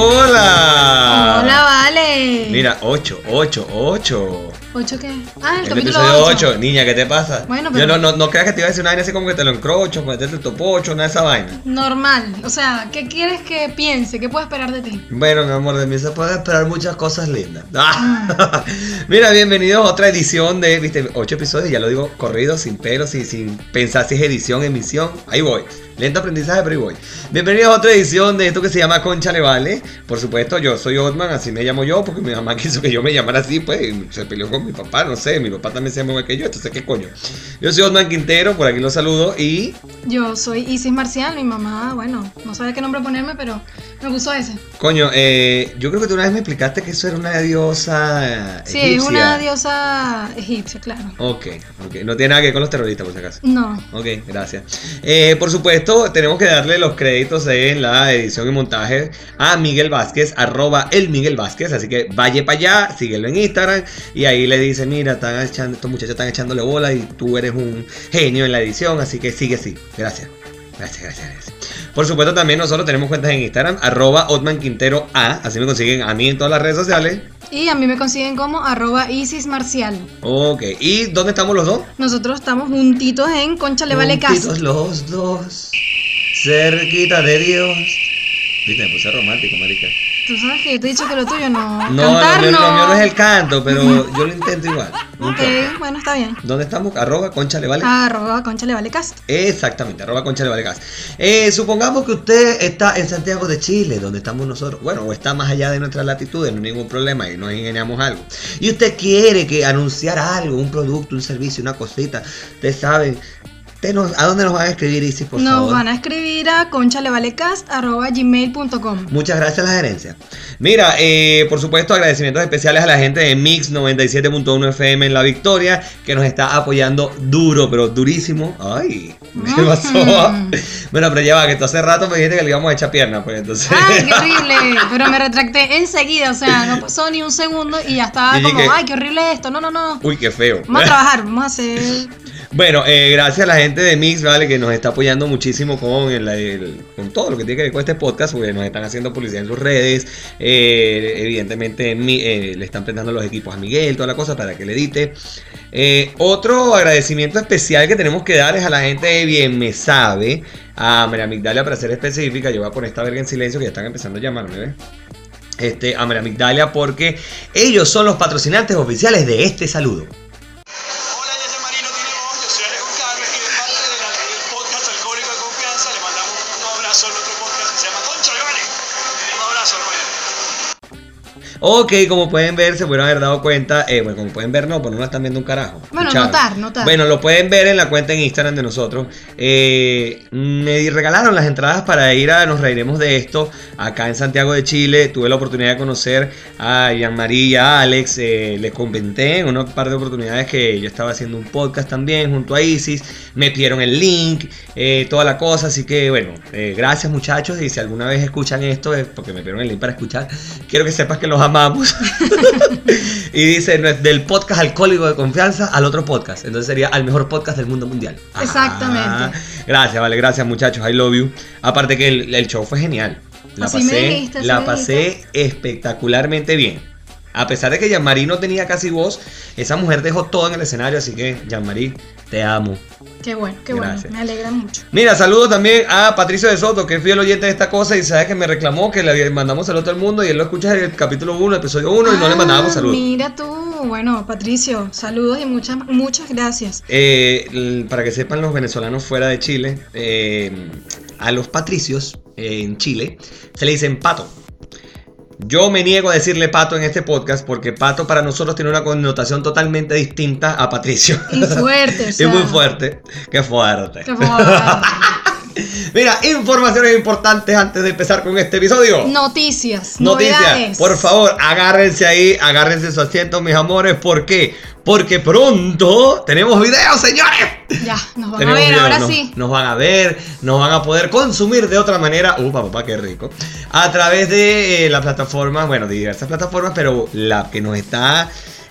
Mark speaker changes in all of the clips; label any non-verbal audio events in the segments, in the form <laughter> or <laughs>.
Speaker 1: hola.
Speaker 2: Hola, vale.
Speaker 1: Ah. Mira, 8, 8, 8.
Speaker 2: ¿Ocho qué? Ah, el,
Speaker 1: El
Speaker 2: capítulo
Speaker 1: episodio
Speaker 2: 8.
Speaker 1: 8, niña, ¿qué te pasa?
Speaker 2: Bueno,
Speaker 1: Yo
Speaker 2: pero-
Speaker 1: no, no, no creas que te iba a decir una vaina así como que te lo encrocho, meterte el topocho, una de esa vaina.
Speaker 2: Normal. O sea, ¿qué quieres que piense? ¿Qué puedo esperar de ti?
Speaker 1: Bueno, mi amor, de mí se puede esperar muchas cosas lindas. <laughs> Ah, Mira, bienvenidos a otra edición de, viste, 8 episodios, ya lo digo corrido, sin pelos, sin, sin pensar si es edición, emisión. Ahí voy. Lento aprendizaje, pero ahí voy. Bienvenidos a otra edición de esto que se llama Concha Le Vale. Por supuesto, yo soy Otman, así me llamo yo, porque mi mamá <laughs> quiso que yo me llamara así, pues, y se peleó con mi papá, no sé, mi papá también se llama igual que yo, entonces, ¿qué coño? Yo soy Otman Quintero, por aquí los saludo y
Speaker 2: Yo soy Isis Marcial, mi mamá, bueno, no sabía qué nombre ponerme, pero me puso ese.
Speaker 1: Coño, eh, yo creo que tú una vez me explicaste que eso era una diosa eh,
Speaker 2: Sí, es
Speaker 1: egipcia.
Speaker 2: una diosa egipcia, claro.
Speaker 1: Ok, ok. No tiene nada que ver con los terroristas, por si acaso.
Speaker 2: No.
Speaker 1: Ok, gracias. Eh, por supuesto, tenemos que darle los créditos en la edición y montaje a Miguel Vázquez, arroba el Miguel Vázquez. Así que vaya para allá, síguelo en Instagram y ahí le dice, mira, están echando, estos muchachos están echándole bola y tú eres un genio en la edición, así que sigue así. Gracias. Gracias, gracias, gracias. Por supuesto, también nosotros tenemos cuentas en Instagram, arroba Otman Quintero A, así me consiguen a mí en todas las redes sociales.
Speaker 2: Y a mí me consiguen como arroba Isis Marcial.
Speaker 1: Ok, ¿y dónde estamos los dos?
Speaker 2: Nosotros estamos juntitos en Concha le vale
Speaker 1: Juntitos
Speaker 2: casa.
Speaker 1: los dos, cerquita de Dios. Viste, me puse romántico, marica.
Speaker 2: Tú sabes que yo te he dicho que lo tuyo no.
Speaker 1: No,
Speaker 2: Cantar,
Speaker 1: lo, mío,
Speaker 2: no.
Speaker 1: lo mío no es el canto, pero yo lo intento igual. No importa.
Speaker 2: Ok, Ah. bueno, está bien.
Speaker 1: ¿Dónde estamos? Arroba concha le vale.
Speaker 2: Arroba Concha le vale casa.
Speaker 1: Exactamente, arroba concha le vale gas. Eh, supongamos que usted está en Santiago de Chile, donde estamos nosotros. Bueno, o está más allá de nuestras latitudes, no hay ningún problema, y nos ingeniamos algo. Y usted quiere que anunciar algo, un producto, un servicio, una cosita, ustedes saben. Usted nos- ¿A dónde nos van a escribir, Isis, por
Speaker 2: Nos
Speaker 1: favor?
Speaker 2: van a escribir a conchalevalecast.gmail.com
Speaker 1: Muchas gracias a la gerencia. Mira, eh, por supuesto, agradecimientos especiales a la gente de Mix 97.1 FM en La Victoria, que nos está apoyando duro, pero durísimo. Ay, me
Speaker 2: Mm.
Speaker 1: pasó. <laughs> Bueno, pero ya va, que tú hace rato me dijiste que le íbamos a echar pierna, pues entonces.
Speaker 2: ¡Ay, qué horrible! Pero me retracté enseguida, o sea, no pasó ni un segundo y ya estaba
Speaker 1: Yo
Speaker 2: como,
Speaker 1: dije-
Speaker 2: ¡ay, qué horrible esto! No, no, no.
Speaker 1: <laughs> Uy, qué feo.
Speaker 2: Vamos a trabajar, vamos a hacer.
Speaker 1: Bueno, eh, gracias a la gente de Mix, ¿vale? Que nos está apoyando muchísimo con, el- el- con todo lo que tiene que ver con este podcast, porque nos están haciendo publicidad en sus redes. eh, evidentemente, mi- eh, le están prestando los equipos a Miguel, toda la cosa para que le edite. Eh, otro agradecimiento especial que tenemos que dar es a la gente de Bien Me Sabe, a María Migdalia para ser específica. Yo voy a poner esta verga en silencio que ya están empezando a llamarme, ¿ves? Este, a María Migdalia porque ellos son los patrocinantes oficiales de este saludo.
Speaker 3: Hola, yo soy Marino Tilemón, yo soy Alejo Carlos y de parte de la- del podcast Alcohólico de Confianza le mandamos un abrazo a nuestro podcast que se llama Concha de Vale. Un abrazo, hermano.
Speaker 1: Ok, como pueden ver, se pudieron haber dado cuenta. eh, bueno, como pueden ver, no, pero no la están viendo un carajo.
Speaker 2: Bueno,
Speaker 1: Escucharon.
Speaker 2: notar, notar.
Speaker 1: Bueno, lo pueden ver en la cuenta en Instagram de nosotros. Eh, me regalaron las entradas para ir a Nos Reiremos de Esto acá en Santiago de Chile. Tuve la oportunidad de conocer a Ian María, a Alex. eh, les comenté en una par de oportunidades que yo estaba haciendo un podcast también junto a Isis. Metieron el link, eh, toda la cosa. Así que, bueno, eh, gracias muchachos. Y si alguna vez escuchan esto, es porque me metieron el link para escuchar. Quiero que sepas que los amamos. <laughs> Y dice, no es del podcast alcohólico de confianza al otro podcast. Entonces sería al mejor podcast del mundo mundial. Ah,
Speaker 2: Exactamente.
Speaker 1: gracias, vale, gracias muchachos. I love you. Aparte que el, el show fue genial. La
Speaker 2: Así me
Speaker 1: pasé,
Speaker 2: dijiste, así
Speaker 1: la
Speaker 2: me
Speaker 1: pasé espectacularmente bien. A pesar de que Jean-Marie no tenía casi voz, esa mujer dejó todo en el escenario. Así que, Jean-Marie, te amo.
Speaker 2: Qué bueno, qué
Speaker 1: Gracias.
Speaker 2: bueno. Me alegra mucho.
Speaker 1: Mira, saludo también a Patricio de Soto, que es fiel oyente de esta cosa y sabe que me reclamó que le mandamos saludo a todo el mundo y él lo escucha en el capítulo 1, episodio 1 y no le
Speaker 2: Ah,
Speaker 1: mandábamos saludos.
Speaker 2: Mira tú, bueno, Patricio, saludos y muchas, muchas gracias.
Speaker 1: Eh, l- para que sepan los venezolanos fuera de Chile, eh, a los patricios eh, en Chile se le dicen pato. Yo me niego a decirle pato en este podcast porque pato para nosotros tiene una connotación totalmente distinta a patricio.
Speaker 2: Y
Speaker 1: <laughs>
Speaker 2: suerte, o sea,
Speaker 1: es muy fuerte. Qué fuerte.
Speaker 2: qué
Speaker 1: <laughs>
Speaker 2: joda.
Speaker 1: Mira, informaciones importantes antes de empezar con este episodio.
Speaker 2: Noticias,
Speaker 1: Noticias,
Speaker 2: novedades.
Speaker 1: por favor, agárrense ahí, agárrense su asiento, mis amores. ¿Por qué? Porque pronto tenemos videos, señores.
Speaker 2: Ya, nos van a
Speaker 1: Tenemos
Speaker 2: ver,
Speaker 1: video,
Speaker 2: ahora
Speaker 1: nos,
Speaker 2: sí.
Speaker 1: Nos van a ver, nos van a poder consumir de otra manera. Upa, papá, qué rico. A través de eh, la plataforma, bueno, de diversas plataformas, pero la que nos está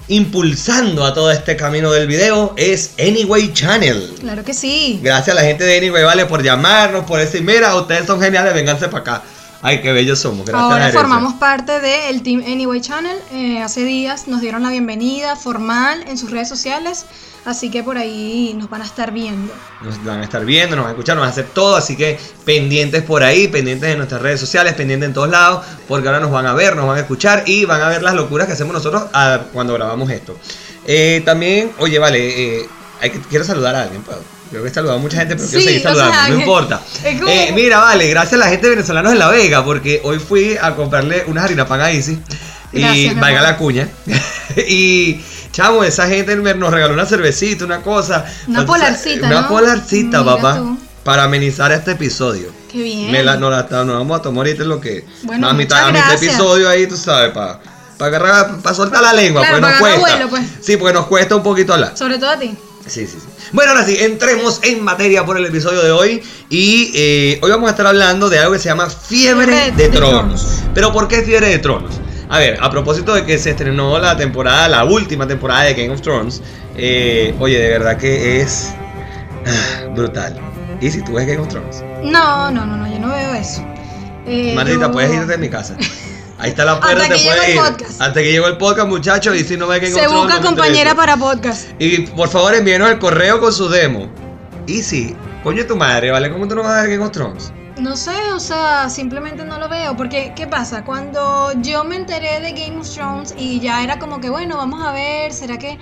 Speaker 1: impulsando a todo este camino del video es Anyway Channel.
Speaker 2: Claro que sí.
Speaker 1: Gracias a la gente de Anyway Vale por llamarnos, por decir, mira, ustedes son geniales, vénganse para acá. Ay, qué bellos somos, gracias a la
Speaker 2: Ahora
Speaker 1: herencia.
Speaker 2: formamos parte del Team Anyway Channel. Eh, hace días nos dieron la bienvenida formal en sus redes sociales, así que por ahí nos van a estar viendo.
Speaker 1: Nos van a estar viendo, nos van a escuchar, nos van a hacer todo, así que pendientes por ahí, pendientes de nuestras redes sociales, pendientes en todos lados, porque ahora nos van a ver, nos van a escuchar y van a ver las locuras que hacemos nosotros ah, cuando grabamos esto. Eh, también, oye, vale, eh, hay que- quiero saludar a alguien, puedo. Creo que he saludado a mucha gente, pero quiero
Speaker 2: Sí,
Speaker 1: seguir
Speaker 2: o sea,
Speaker 1: saludando, no
Speaker 2: que-
Speaker 1: importa.
Speaker 2: es como-
Speaker 1: Eh, mira, vale, gracias a la gente de venezolanos de La Vega, porque hoy fui a comprarle unas harina pan a Isis. Y
Speaker 2: Gracias, mi
Speaker 1: valga
Speaker 2: amor.
Speaker 1: la cuña. <laughs> y chamo, esa gente me- nos regaló una cervecita, una cosa.
Speaker 2: Una
Speaker 1: Entonces,
Speaker 2: polarcita,
Speaker 1: Una
Speaker 2: ¿no? Mm,
Speaker 1: polarcita,
Speaker 2: Mira
Speaker 1: papá.
Speaker 2: tú.
Speaker 1: Para amenizar este episodio.
Speaker 2: Qué bien.
Speaker 1: Me la, nos, la, nos vamos a tomar ahorita lo que.
Speaker 2: Bueno,
Speaker 1: a mitad,
Speaker 2: muchas
Speaker 1: a mitad
Speaker 2: gracias.
Speaker 1: episodio ahí, tú sabes, para agarrar, para soltar la lengua,
Speaker 2: Claro,
Speaker 1: porque nos
Speaker 2: pa' agarrar
Speaker 1: cuesta.
Speaker 2: vuelo, pues.
Speaker 1: Sí, porque nos cuesta un poquito hablar.
Speaker 2: Sobre todo a ti.
Speaker 1: Sí, sí, sí. Bueno, ahora sí, entremos en materia por el episodio de hoy. Y eh, hoy vamos a estar hablando de algo que se llama Fiebre
Speaker 2: Fiebre
Speaker 1: de
Speaker 2: de
Speaker 1: Tronos. ¿Pero por qué Fiebre de Tronos? A ver, a propósito de que se estrenó la temporada, la última temporada de Game of Thrones, eh, oye, de verdad que es ah, brutal. Y si tú ves Game of Thrones,
Speaker 2: No, no, no, no, yo no veo eso. Eh,
Speaker 1: Marita,
Speaker 2: yo-
Speaker 1: puedes irte de mi casa. Ahí está la
Speaker 2: Hasta
Speaker 1: puerta,
Speaker 2: que
Speaker 1: te
Speaker 2: llegue
Speaker 1: puedes
Speaker 2: el
Speaker 1: ir.
Speaker 2: podcast.
Speaker 1: Hasta que llegó el podcast, muchachos, y si no ves Game
Speaker 2: Se
Speaker 1: of Thrones.
Speaker 2: busca
Speaker 1: no me
Speaker 2: compañera
Speaker 1: interesa.
Speaker 2: para podcast.
Speaker 1: Y por favor envíenos el correo con su demo. Y sí, coño tu madre, ¿vale? ¿Cómo tú no vas a ver Game of Thrones?
Speaker 2: No sé, o sea, simplemente no lo veo. Porque, ¿qué pasa? Cuando yo me enteré de Game of Thrones y ya era como que, bueno, vamos a ver, ¿será que.?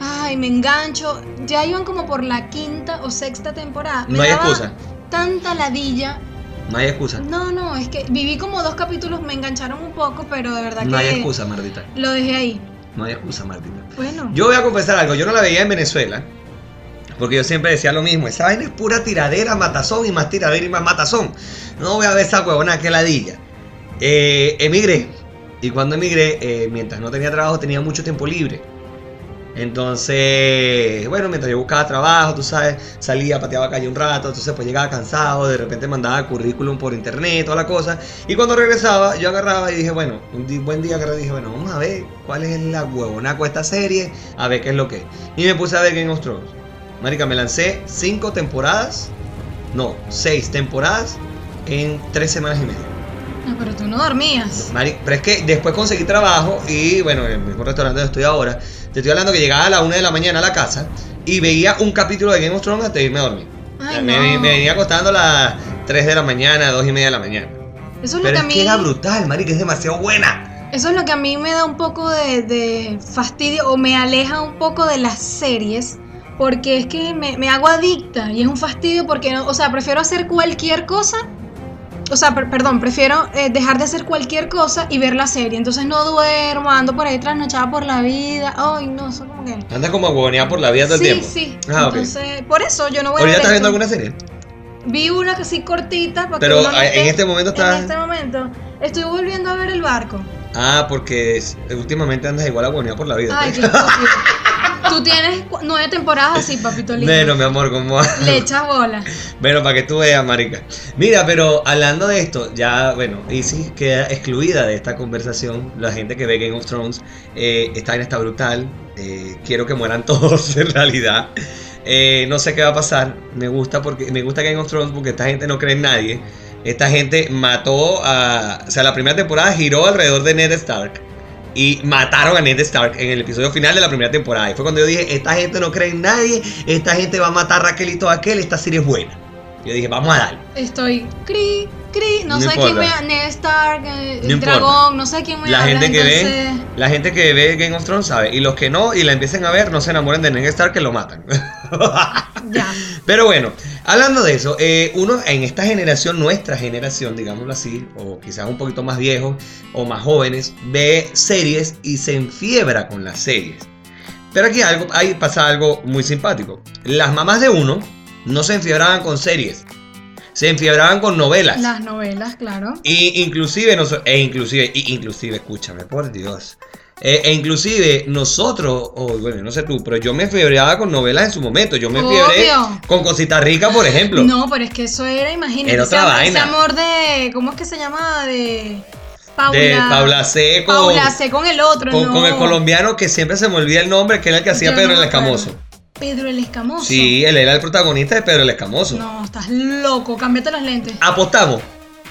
Speaker 2: Ay, me engancho. Ya iban como por la quinta o sexta temporada. Me
Speaker 1: No hay
Speaker 2: daba
Speaker 1: excusa.
Speaker 2: Tanta ladilla.
Speaker 1: No hay excusa.
Speaker 2: No, no, es que viví como dos capítulos, me engancharon un poco, pero de verdad
Speaker 1: No
Speaker 2: que.
Speaker 1: hay excusa, Martita.
Speaker 2: Lo dejé ahí.
Speaker 1: No hay excusa, Martita.
Speaker 2: Bueno.
Speaker 1: Yo voy a confesar algo, yo no la veía en Venezuela. Porque yo siempre decía lo mismo, esa vaina es pura tiradera, matazón y más tiradera y más matazón. No voy a ver esa huevona que ladilla. Eh, emigré. Y cuando emigré, eh, mientras no tenía trabajo, tenía mucho tiempo libre. Entonces, bueno, mientras yo buscaba trabajo, tú sabes, salía, pateaba calle un rato, entonces pues llegaba cansado, de repente mandaba currículum por internet, toda la cosa. Y cuando regresaba, yo agarraba y dije, bueno, un di- buen día agarré y dije, bueno, vamos a ver cuál es la huevona con esta serie, a ver qué es lo que es. Y me puse a ver Game of Thrones. Marica, me lancé cinco temporadas, no, seis temporadas en tres semanas y media.
Speaker 2: No, pero tú no dormías.
Speaker 1: Mari- pero es que después conseguí trabajo y bueno, en el mismo restaurante donde estoy ahora, te estoy hablando que llegaba a la 1 de la mañana a la casa y veía un capítulo de Game of Thrones hasta irme a dormir. O sea,
Speaker 2: Ay,
Speaker 1: me,
Speaker 2: no.
Speaker 1: me venía acostando a las 3 de la mañana, 2 y media de la mañana.
Speaker 2: Eso es lo
Speaker 1: Pero
Speaker 2: que
Speaker 1: es
Speaker 2: a mí.
Speaker 1: que era brutal, marica, es demasiado buena.
Speaker 2: Eso es lo que a mí me da un poco de, de fastidio o me aleja un poco de las series. Porque es que me, me hago adicta y es un fastidio porque, no- o sea, prefiero hacer cualquier cosa. O sea, per- perdón, prefiero eh, dejar de hacer cualquier cosa y ver la serie. Entonces no duermo, ando por ahí trasnochada por la vida. Ay, no, eso como que...
Speaker 1: Anda como huevoneada por la vida todo el
Speaker 2: sí,
Speaker 1: tiempo.
Speaker 2: sí.
Speaker 1: Ah, ok.
Speaker 2: Entonces, por eso yo no voy a
Speaker 1: ¿Ahorita
Speaker 2: ver
Speaker 1: estás viendo
Speaker 2: esto.
Speaker 1: alguna serie?
Speaker 2: Vi una que sí cortita. para que
Speaker 1: Pero
Speaker 2: uno no
Speaker 1: ah, en
Speaker 2: esté-
Speaker 1: este momento
Speaker 2: En
Speaker 1: estás...
Speaker 2: este momento estoy volviendo a ver el barco.
Speaker 1: Ah, porque es- últimamente andas igual a huevoneada por la vida.
Speaker 2: Ay,
Speaker 1: pues.
Speaker 2: qué estúpido. Tú tienes cu- nueve temporadas así, papito lindo.
Speaker 1: Bueno, mi amor, como...
Speaker 2: Le echas bola.
Speaker 1: Bueno, para que tú veas, marica. Mira, pero hablando de esto, ya, bueno, Isis queda excluida de esta conversación. La gente que ve Game of Thrones, eh, esta en está brutal. eh, quiero que mueran <laughs> todos, en realidad. Eh, no sé qué va a pasar. Me gusta porque me gusta Game of Thrones porque esta gente no cree en nadie. Esta gente mató a, o sea, la primera temporada giró alrededor de Ned Stark. Y mataron a Ned Stark en el episodio final de la primera temporada. Y fue cuando yo dije, esta gente no cree en nadie, esta gente va a matar a Raquel y todo aquel, esta serie es buena. Yo dije, vamos a darle.
Speaker 2: Estoy cri, cri. No,
Speaker 1: No
Speaker 2: sé quién
Speaker 1: importa.
Speaker 2: me. Ned Stark, eh,
Speaker 1: No
Speaker 2: el
Speaker 1: importa.
Speaker 2: dragón, no sé quién me
Speaker 1: La
Speaker 2: habla,
Speaker 1: gente que ve,
Speaker 2: entonces-
Speaker 1: la gente que ve Game of Thrones sabe. Y los que no, y la empiecen a ver, no se enamoren de Ned Stark que lo matan. <laughs>
Speaker 2: Ya.
Speaker 1: Pero bueno, hablando de eso, eh, uno en esta generación, nuestra generación, digámoslo así, o quizás un poquito más viejos o más jóvenes, ve series y se enfiebra con las series. Pero aquí algo, ahí pasa algo muy simpático. Las mamás de uno no se enfiebraban con series, se enfiebraban con novelas.
Speaker 2: Las
Speaker 1: <laughs>
Speaker 2: novelas, claro.
Speaker 1: Y inclusive noso- e inclusive, y inclusive, escúchame, por Dios. Eh, e inclusive nosotros, o bueno, no sé tú, pero yo me febreaba con novelas en su momento. Yo me fiebré
Speaker 2: Obvio.
Speaker 1: con Cosita Rica, por ejemplo.
Speaker 2: No, pero es que eso era, imagínate.
Speaker 1: Era otra
Speaker 2: ese,
Speaker 1: vaina.
Speaker 2: Ese amor de. ¿Cómo es que se llama? De. Paula,
Speaker 1: de Paula Seco.
Speaker 2: Paula C con el otro,
Speaker 1: con,
Speaker 2: no.
Speaker 1: con el colombiano que siempre se me olvida el nombre, que era el que hacía
Speaker 2: Yo
Speaker 1: Pedro
Speaker 2: no
Speaker 1: el
Speaker 2: me acuerdo.
Speaker 1: Escamoso.
Speaker 2: Pedro el Escamoso.
Speaker 1: Sí, él era el protagonista de Pedro el Escamoso.
Speaker 2: No, estás loco, cámbiate los lentes.
Speaker 1: Apostamos.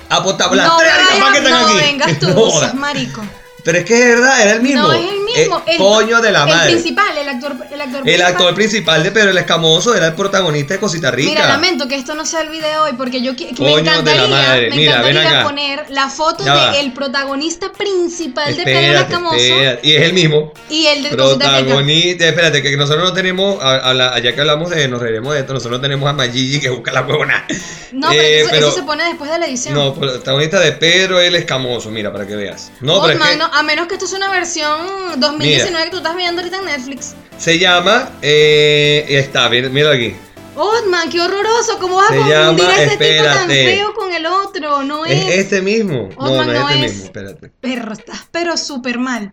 Speaker 1: Apostamos. Las
Speaker 2: no,
Speaker 1: tres capaz que
Speaker 2: Brian,
Speaker 1: están
Speaker 2: no
Speaker 1: aquí.
Speaker 2: vengas
Speaker 1: <laughs>
Speaker 2: tú,
Speaker 1: No joda.
Speaker 2: seas marico.
Speaker 1: Pero es que es verdad, era el mismo.
Speaker 2: No, es el mismo.
Speaker 1: Eh,
Speaker 2: el,
Speaker 1: coño de la
Speaker 2: el
Speaker 1: madre.
Speaker 2: principal, el actor, el actor
Speaker 1: El
Speaker 2: principal.
Speaker 1: actor principal de Pedro el Escamoso era el protagonista de Cosita Rica.
Speaker 2: Mira, lamento que esto no sea el video hoy porque yo qui-
Speaker 1: Coño
Speaker 2: me
Speaker 1: de la
Speaker 2: encantaría,
Speaker 1: madre.
Speaker 2: me
Speaker 1: Mira, ven
Speaker 2: encantaría
Speaker 1: acá.
Speaker 2: poner la foto
Speaker 1: Ya va.
Speaker 2: del protagonista principal de Pedro el
Speaker 1: Espérate,
Speaker 2: Escamoso
Speaker 1: espérate. Y es el mismo.
Speaker 2: y el de Cosita Rica.
Speaker 1: Protagonista. Espérate, que nosotros no tenemos. a- a la- allá que hablamos de. Nos reiremos de esto. Nosotros no tenemos a Magigi que busca la huevona.
Speaker 2: No, pero,
Speaker 1: Eh,
Speaker 2: eso,
Speaker 1: pero-
Speaker 2: eso se pone después de la edición.
Speaker 1: No, protagonista de Pedro el Escamoso. Mira, para que veas. No, pero
Speaker 2: Goldman,
Speaker 1: es que
Speaker 2: no, a menos que esto sea una versión 2019 que tú estás viendo ahorita en Netflix.
Speaker 1: se llama. Eh, está, mira- míralo aquí.
Speaker 2: Otman, qué horroroso, ¿cómo vas a
Speaker 1: Se
Speaker 2: confundir
Speaker 1: llama-
Speaker 2: a ese tipo tan
Speaker 1: espérate.
Speaker 2: feo con el otro? No es.
Speaker 1: Es, este mismo. no,
Speaker 2: Oldman
Speaker 1: no es
Speaker 2: no
Speaker 1: este
Speaker 2: es.
Speaker 1: mismo. Espérate.
Speaker 2: Perro, estás pero súper mal.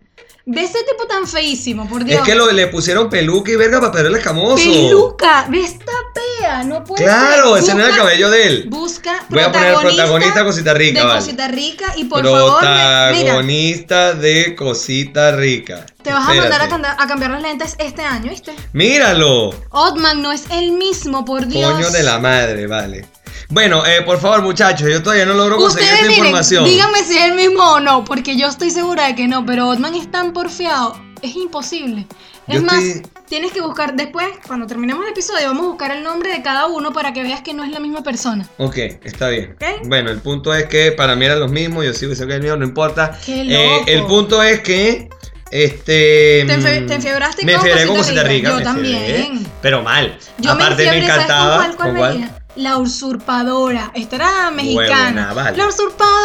Speaker 2: Ve ese tipo tan feísimo, por Dios.
Speaker 1: Es que lo- le pusieron peluca y verga para Pedro el Escamoso.
Speaker 2: Peluca, ve esta pea, no puede
Speaker 1: Claro,
Speaker 2: ser.
Speaker 1: ese no era el
Speaker 2: Busca-
Speaker 1: cabello de él.
Speaker 2: Busca
Speaker 1: Voy a poner protagonista Cosita Rica,
Speaker 2: de
Speaker 1: vale.
Speaker 2: Cosita Rica y por favor, me- mira,
Speaker 1: Protagonista de Cosita Rica.
Speaker 2: te vas a mandar a,
Speaker 1: Espérate.
Speaker 2: canda- a cambiar los lentes este año, ¿viste?
Speaker 1: Míralo.
Speaker 2: Otman no es el mismo, por Dios.
Speaker 1: Coño de la madre, vale. Bueno, eh, por favor, muchachos, yo todavía no logro conseguir
Speaker 2: Ustedes
Speaker 1: esta
Speaker 2: miren,
Speaker 1: información.
Speaker 2: díganme si es el mismo o no, porque yo estoy segura de que no, pero Otman es tan porfiado, es imposible. Es
Speaker 1: Yo
Speaker 2: más,
Speaker 1: estoy-
Speaker 2: tienes que buscar después, cuando terminemos el episodio, vamos a buscar el nombre de cada uno para que veas que no es la misma persona.
Speaker 1: Ok, está bien.
Speaker 2: Ok.
Speaker 1: Bueno, el punto es que para mí eran los mismos, yo sigo diciendo que el mío, no importa.
Speaker 2: Qué
Speaker 1: Eh,
Speaker 2: loco.
Speaker 1: el punto es que. Este.
Speaker 2: Te enfe-
Speaker 1: mm,
Speaker 2: te enfiebraste
Speaker 1: Me
Speaker 2: con
Speaker 1: enfiebré con
Speaker 2: Cosita
Speaker 1: Cosita
Speaker 2: Rica.
Speaker 1: Rica. me
Speaker 2: Yo
Speaker 1: enfiebré,
Speaker 2: también.
Speaker 1: pero mal.
Speaker 2: Yo
Speaker 1: Aparte me,
Speaker 2: me enfiebre,
Speaker 1: encantaba.
Speaker 2: ¿sabes con cuál, cuál veía? La usurpadora. Esta era mexicana.
Speaker 1: Huevona, vale.
Speaker 2: La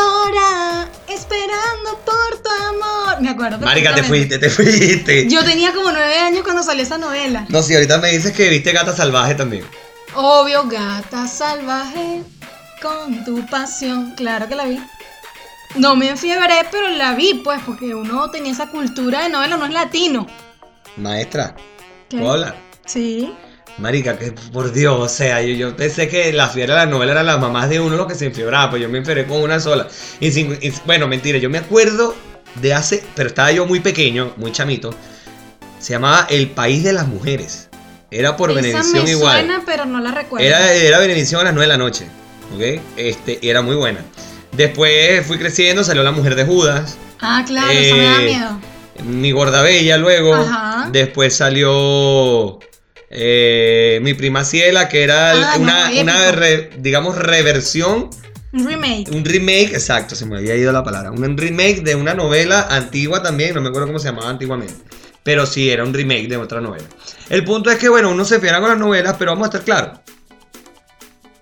Speaker 2: usurpadora, esperando por tu amor. Me acuerdo.
Speaker 1: Marica, te
Speaker 2: perfectamente.
Speaker 1: fuiste, te fuiste.
Speaker 2: Yo tenía como nueve años cuando salió esa novela.
Speaker 1: No, si ahorita me dices que viste Gata Salvaje también.
Speaker 2: Obvio, gata salvaje, con tu pasión. Claro que la vi. No me enfiebré, pero la vi, pues, porque uno tenía esa cultura de novela, no es latino.
Speaker 1: Maestra,
Speaker 2: ¿Qué?
Speaker 1: ¿puedo hablar?
Speaker 2: Sí.
Speaker 1: Marica, que por Dios, o sea, yo, yo pensé que la fiera de la novela eran las mamás de uno los que se enfiebraban, pues yo me enfiebré con una sola. Y sin- y- bueno, mentira, yo me acuerdo de hace, pero estaba yo muy pequeño, muy chamito, se llamaba El País de las Mujeres. Era por
Speaker 2: esa
Speaker 1: Benevisión
Speaker 2: me
Speaker 1: igual.
Speaker 2: suena, pero no la recuerdo.
Speaker 1: Era, era Benevisión a las 9 de la noche, ¿ok? Este, era muy buena. Después fui creciendo, salió La Mujer de Judas,
Speaker 2: Ah, claro, eso me da
Speaker 1: Eh,
Speaker 2: miedo.
Speaker 1: Mi Gorda Bella luego.
Speaker 2: Ajá.
Speaker 1: Después salió eh, Mi Prima Ciela, que era el-
Speaker 2: Ah, no,
Speaker 1: una,
Speaker 2: épico.
Speaker 1: una re- digamos, reversión,
Speaker 2: Un remake.
Speaker 1: un remake, exacto, se me había ido la palabra, un remake de una novela antigua también, no me acuerdo cómo se llamaba antiguamente. Pero sí, era un remake de otra novela. El punto es que, bueno, uno se fiera con las novelas, pero vamos a estar claros.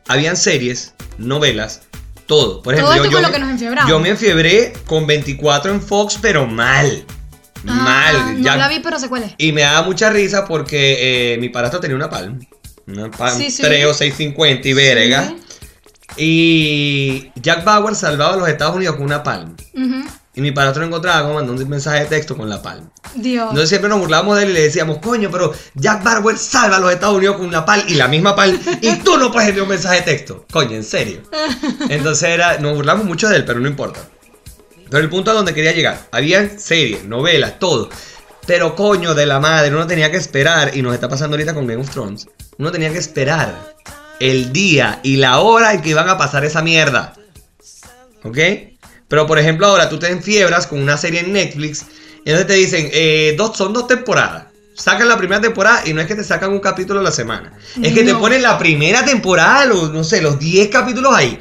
Speaker 1: Habían series, novelas, todo. Por ejemplo,
Speaker 2: Todo
Speaker 1: yo-
Speaker 2: esto
Speaker 1: yo
Speaker 2: con lo
Speaker 1: me-
Speaker 2: que nos enfiebramos.
Speaker 1: yo me enfiebré con 24 en Fox, pero mal.
Speaker 2: Ah,
Speaker 1: mal.
Speaker 2: No
Speaker 1: ya-
Speaker 2: la vi, pero sé cuál es.
Speaker 1: Y me daba mucha risa porque eh, mi padrastro tenía una palma. Una palma
Speaker 2: Sí, sí.
Speaker 1: 3 o 650 y verga. Y Jack Bauer salvaba a los Estados Unidos con una palma.
Speaker 2: Sí. Ujú.
Speaker 1: Y mi padrastro encontraba cómo mandó un mensaje de texto con la palma.
Speaker 2: Dios.
Speaker 1: Entonces siempre nos burlábamos de él y le decíamos, coño, pero Jack Bauer salva a los Estados Unidos con una palma y la misma palma. Y tú no puedes enviar un mensaje de texto. Coño, en serio. Entonces era, nos burlamos mucho de él, pero no importa. Pero el punto a donde quería llegar, había series, novelas, todo. Pero coño de la madre, uno tenía que esperar, y nos está pasando ahorita con Game of Thrones, uno tenía que esperar el día y la hora en que iban a pasar esa mierda. ¿Ok? Pero por ejemplo ahora tú te enfiebras con una serie en Netflix, y entonces te dicen, eh, dos, son dos temporadas. Sacan la primera temporada y no es que te sacan un capítulo a la semana. Es que te
Speaker 2: No.
Speaker 1: ponen la primera temporada, los, no sé, los 10 capítulos ahí.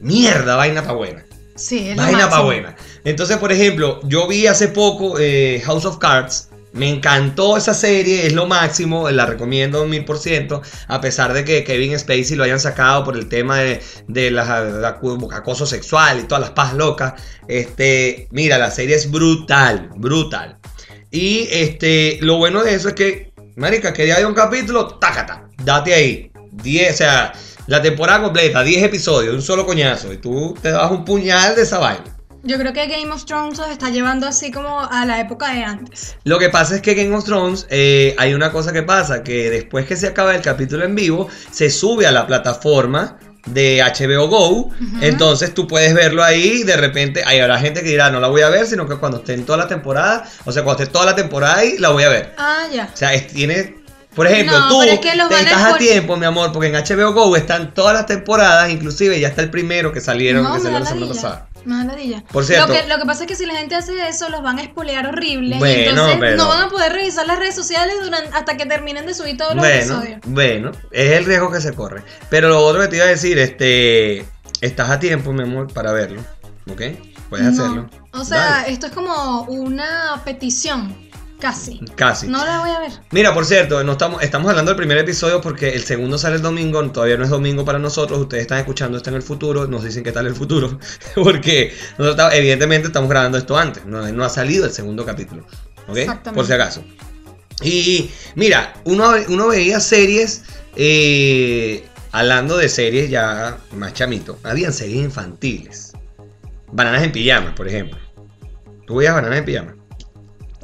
Speaker 1: Mierda, vaina pa' buena.
Speaker 2: sí, es lo
Speaker 1: Vaina pa'
Speaker 2: máximo.
Speaker 1: buena. Entonces, por ejemplo, yo vi hace poco eh, House of Cards. Me encantó esa serie, es lo máximo, la recomiendo mil por ciento, a pesar de que Kevin Spacey lo hayan sacado por el tema de, de las de acu- acoso sexual y todas las paz locas. Este, mira, la serie es brutal, brutal. Y este, lo bueno de eso es que, marica, que ya hay un capítulo, tácata, date ahí. 10, o sea, la temporada completa, 10 episodios, un solo coñazo. Y tú te das un puñal de esa vaina.
Speaker 2: Yo creo que Game of Thrones los está llevando así como a la época de antes.
Speaker 1: Lo que pasa es que Game of Thrones eh, hay una cosa que pasa, que después que se acaba el capítulo en vivo, se sube a la plataforma de HBO Go, entonces tú puedes verlo ahí, de repente, ahí habrá gente que dirá, no la voy a ver, sino que cuando esté en toda la temporada, o sea, cuando esté toda la temporada ahí, la voy a ver.
Speaker 2: Ah, ya.
Speaker 1: O sea, es- tiene. Por ejemplo,
Speaker 2: No,
Speaker 1: tú
Speaker 2: pero es que los
Speaker 1: te
Speaker 2: van a
Speaker 1: estás a
Speaker 2: pon-
Speaker 1: tiempo, mi amor, porque en HBO Go están todas las temporadas, inclusive ya está el primero que salieron,
Speaker 2: no,
Speaker 1: que
Speaker 2: me
Speaker 1: salió
Speaker 2: da
Speaker 1: la semana
Speaker 2: ladilla,
Speaker 1: pasada.
Speaker 2: Me da ladilla.
Speaker 1: Por cierto-
Speaker 2: Lo que, lo que pasa es que si la gente hace eso, los van a espolear horrible.
Speaker 1: Bueno,
Speaker 2: y entonces
Speaker 1: pero-
Speaker 2: no van a poder revisar las redes sociales duran- hasta que terminen de subir todos los
Speaker 1: Bueno,
Speaker 2: episodios.
Speaker 1: bueno, es el riesgo que se corre. Pero lo otro que te iba a decir, este, estás a tiempo, mi amor, para verlo, ¿ok? Puedes
Speaker 2: No.
Speaker 1: hacerlo.
Speaker 2: O sea,
Speaker 1: Dale.
Speaker 2: esto es como una petición, casi.
Speaker 1: Casi.
Speaker 2: No la voy a ver.
Speaker 1: Mira, por cierto, no estamos, estamos hablando del primer episodio porque el segundo sale el domingo, todavía no es domingo para nosotros, ustedes están escuchando esto en el futuro, nos dicen qué tal el futuro, <laughs> porque nosotros estamos- evidentemente estamos grabando esto antes, no, no ha salido el segundo capítulo, ¿ok?
Speaker 2: Exactamente.
Speaker 1: Por si acaso. Y mira, uno, uno veía series, eh, hablando de series ya más chamito, habían series infantiles, Bananas en Pijama, por ejemplo. ¿Tú veías Bananas en Pijama?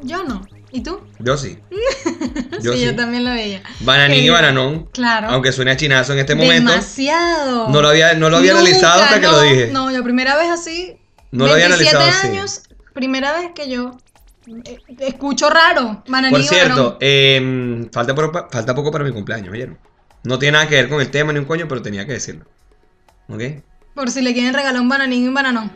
Speaker 2: Yo no. ¿Y tú?
Speaker 1: Yo
Speaker 2: <laughs>
Speaker 1: sí.
Speaker 2: sí, yo también lo veía.
Speaker 1: Bananín y
Speaker 2: Quería-
Speaker 1: Bananón.
Speaker 2: Claro.
Speaker 1: Aunque suene a chinazo en este momento.
Speaker 2: Demasiado.
Speaker 1: No lo había, no lo había
Speaker 2: Nunca,
Speaker 1: analizado hasta que
Speaker 2: no,
Speaker 1: lo dije. No,
Speaker 2: No, yo primera vez así.
Speaker 1: lo había
Speaker 2: 27
Speaker 1: analizado así.
Speaker 2: años, primera vez que yo eh, escucho raro. Bananillo
Speaker 1: Por cierto,
Speaker 2: varón.
Speaker 1: eh, falta, por- falta poco para mi cumpleaños, ¿oyeron? No tiene nada que ver con el tema ni un coño, pero tenía que decirlo. ¿Ok?
Speaker 2: Por si le quieren regalar un bananín y un bananón.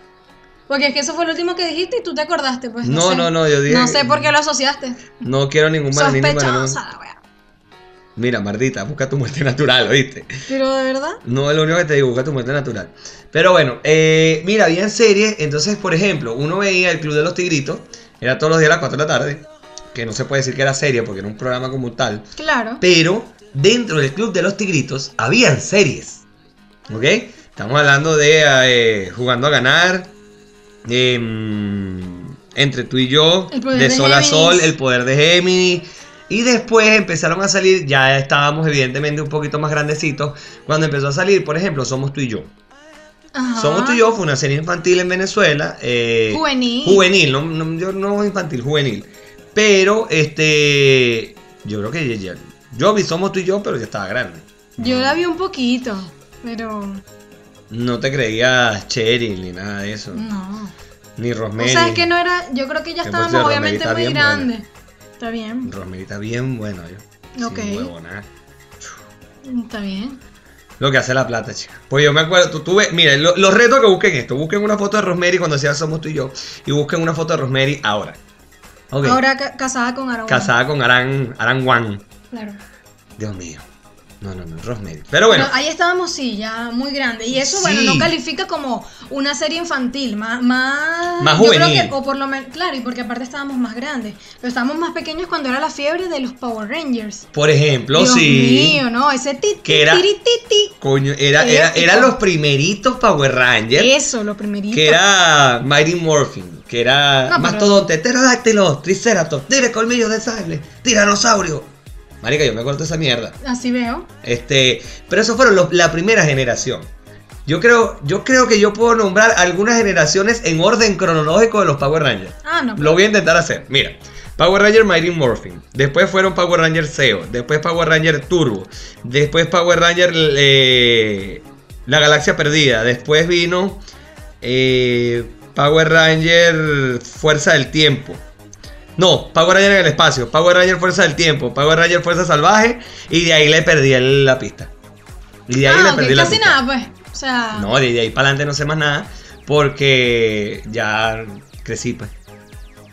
Speaker 2: Porque es que eso fue lo último que dijiste y tú te acordaste, pues. No,
Speaker 1: No,
Speaker 2: sé.
Speaker 1: no, no, yo dije-
Speaker 2: No sé por qué lo asociaste.
Speaker 1: No quiero ningún bananín ni bananón.
Speaker 2: Sospechosa la wea.
Speaker 1: Mira, Mardita, busca tu muerte natural, ¿oíste?
Speaker 2: Pero de verdad.
Speaker 1: No es lo único que te digo, busca tu muerte natural. Pero bueno, eh, mira, había en series, entonces, por ejemplo, uno veía el Club de los Tigritos, era todos los días a las 4 de la tarde, que no se puede decir que era serie porque era un programa como tal,
Speaker 2: Claro.
Speaker 1: pero dentro del Club de los Tigritos habían series, ¿ok? Estamos hablando de eh, Jugando a Ganar, em, Entre tú y yo,
Speaker 2: El poder
Speaker 1: De
Speaker 2: de
Speaker 1: Sol a
Speaker 2: Géminis.
Speaker 1: Sol, El Poder de Géminis. Y después empezaron a salir, ya estábamos evidentemente un poquito más grandecitos, cuando empezó a salir, por ejemplo, Somos tú y yo.
Speaker 2: Ajá.
Speaker 1: Somos tú y yo fue una serie infantil en Venezuela. eh,
Speaker 2: Juvenil.
Speaker 1: Juvenil, no, no, yo no infantil, juvenil. Pero, este. Yo creo que ya- ya- yo vi Somos tú y yo, pero ya estaba grande.
Speaker 2: Yo la vi un poquito, pero
Speaker 1: No te creías Cheryl ni nada de eso.
Speaker 2: no.
Speaker 1: Ni
Speaker 2: Mm. O
Speaker 1: Rosemary.
Speaker 2: sea, es que no era. Yo creo que ya
Speaker 1: Que por
Speaker 2: estábamos
Speaker 1: cierto,
Speaker 2: obviamente
Speaker 1: Romerita
Speaker 2: muy
Speaker 1: bien buena.
Speaker 2: grandes. Está bien,
Speaker 1: Rosemary está bien buena, yo.
Speaker 2: Ok.
Speaker 1: Sin huevonada.
Speaker 2: está bien.
Speaker 1: Lo que hace la plata, chica. Pues yo me acuerdo, tú, tú ves, mira, lo- los retos que busquen esto, busquen una foto de Rosemary cuando sea Somos tú y yo, y busquen una foto de Rosemary ahora. Ok.
Speaker 2: Ahora ca- casada con Aragón.
Speaker 1: Casada con Aran, Aran Wang.
Speaker 2: Claro.
Speaker 1: Dios mío. No, no, no, Rosemary. Pero bueno,
Speaker 2: Pero ahí estábamos, sí, ya muy grande. Y eso, bueno,
Speaker 1: Sí.
Speaker 2: no califica como una serie infantil, más. Más,
Speaker 1: Más
Speaker 2: yo
Speaker 1: juvenil.
Speaker 2: creo que- o por lo menos. Claro, y porque aparte estábamos más grandes. Pero estábamos más pequeños cuando era la fiebre de los Power Rangers.
Speaker 1: por ejemplo,
Speaker 2: Dios
Speaker 1: sí.
Speaker 2: mío, ¿no? Ese titi,
Speaker 1: Que era-
Speaker 2: tirititi.
Speaker 1: Coño, era,
Speaker 2: Qué
Speaker 1: era,
Speaker 2: épico.
Speaker 1: eran los primeritos Power Rangers.
Speaker 2: Eso, lo primerito.
Speaker 1: Que era Mighty Morphin, que era
Speaker 2: No, pero-
Speaker 1: Mastodonte, Pterodáctilos, Triceratops, Tigre Colmillos de Sable, Tiranosaurio. Marica, yo me acuerdo de esa mierda.
Speaker 2: Así veo.
Speaker 1: Este, pero esos fueron los- la primera generación. Yo creo, yo creo que yo puedo nombrar algunas generaciones en orden cronológico de los Power Rangers.
Speaker 2: Ah, no.
Speaker 1: Lo voy a intentar hacer. Mira, Power Ranger Mighty Morphin. Después fueron Power Ranger SEO. Después Power Ranger Turbo. Después Power Ranger eh, La Galaxia Perdida. Después vino eh, Power Ranger Fuerza del Tiempo. No, Power Ranger en el espacio. Power Ranger Fuerza del Tiempo. Power Ranger Fuerza Salvaje. Y de ahí le perdí el- la pista. Y de ahí
Speaker 2: ah,
Speaker 1: le
Speaker 2: ok,
Speaker 1: perdí la
Speaker 2: casi
Speaker 1: pista.
Speaker 2: nada, pues. O sea.
Speaker 1: No, de de ahí para adelante no sé más nada porque ya crecí, pues.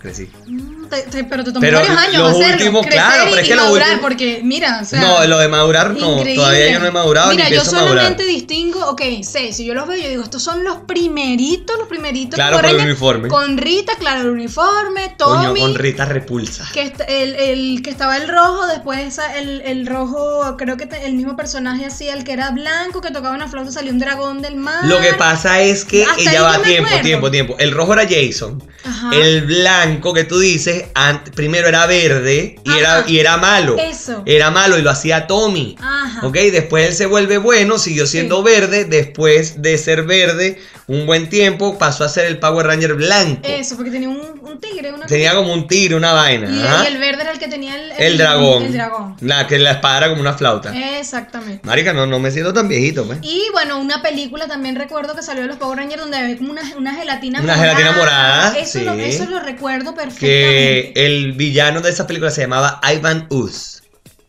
Speaker 1: Crecí.
Speaker 2: Mm, te- te- pero te tomó
Speaker 1: Pero
Speaker 2: varios años
Speaker 1: los
Speaker 2: hacerlo,
Speaker 1: últimos,
Speaker 2: crecer
Speaker 1: claro,
Speaker 2: y,
Speaker 1: pero es que
Speaker 2: y
Speaker 1: los
Speaker 2: madurar,
Speaker 1: últimos-
Speaker 2: porque mira, o sea,
Speaker 1: no, lo de madurar no,
Speaker 2: increíble.
Speaker 1: todavía yo no he madurado
Speaker 2: Mira,
Speaker 1: ni
Speaker 2: yo
Speaker 1: pienso madurar.
Speaker 2: solamente distingo, ok, sé, si yo los veo, yo digo, estos son los primeritos, los primeritos.
Speaker 1: Claro,
Speaker 2: Power
Speaker 1: por el
Speaker 2: Rangers,
Speaker 1: uniforme.
Speaker 2: Con Rita, claro, el uniforme,
Speaker 1: Coño,
Speaker 2: Tommy,
Speaker 1: con Rita repulsa.
Speaker 2: que est- el, el que estaba el rojo, después esa- el, el rojo, creo que te- el mismo personaje hacía, el que era blanco, que tocaba una flauta, salía un dragón del mar.
Speaker 1: Lo que pasa es que
Speaker 2: Ah, Hasta ahí
Speaker 1: ella
Speaker 2: yo
Speaker 1: va
Speaker 2: me
Speaker 1: tiempo,
Speaker 2: acuerdo. Ah.
Speaker 1: tiempo, tiempo. El rojo era Jason.
Speaker 2: Ajá.
Speaker 1: El blanco que tú dices, ant- primero era verde y era,
Speaker 2: Ajá.
Speaker 1: y era malo.
Speaker 2: Eso.
Speaker 1: Era malo y lo hacía Tommy.
Speaker 2: Ajá.
Speaker 1: Ok, después él se vuelve bueno, siguió siendo
Speaker 2: Sí.
Speaker 1: verde. Después de ser verde, un buen tiempo, pasó a ser el Power Ranger blanco.
Speaker 2: Eso, porque tenía un, un tigre, una
Speaker 1: Tenía como un tigre, una vaina.
Speaker 2: Y,
Speaker 1: ajá.
Speaker 2: y el verde era el que tenía el,
Speaker 1: El dragón.
Speaker 2: El dragón. Eh.
Speaker 1: La, que la espada era como una flauta.
Speaker 2: Exactamente.
Speaker 1: Marica, no, no me siento tan viejito, pues.
Speaker 2: Y bueno, una película también recuerdo que salió de los Power Rangers donde había como una, una gelatina
Speaker 1: Una gelatina morada,
Speaker 2: Eso, lo,
Speaker 1: sí.
Speaker 2: eso lo recuerdo perfectamente.
Speaker 1: Que el villano de esa película se llamaba Ivan Uz.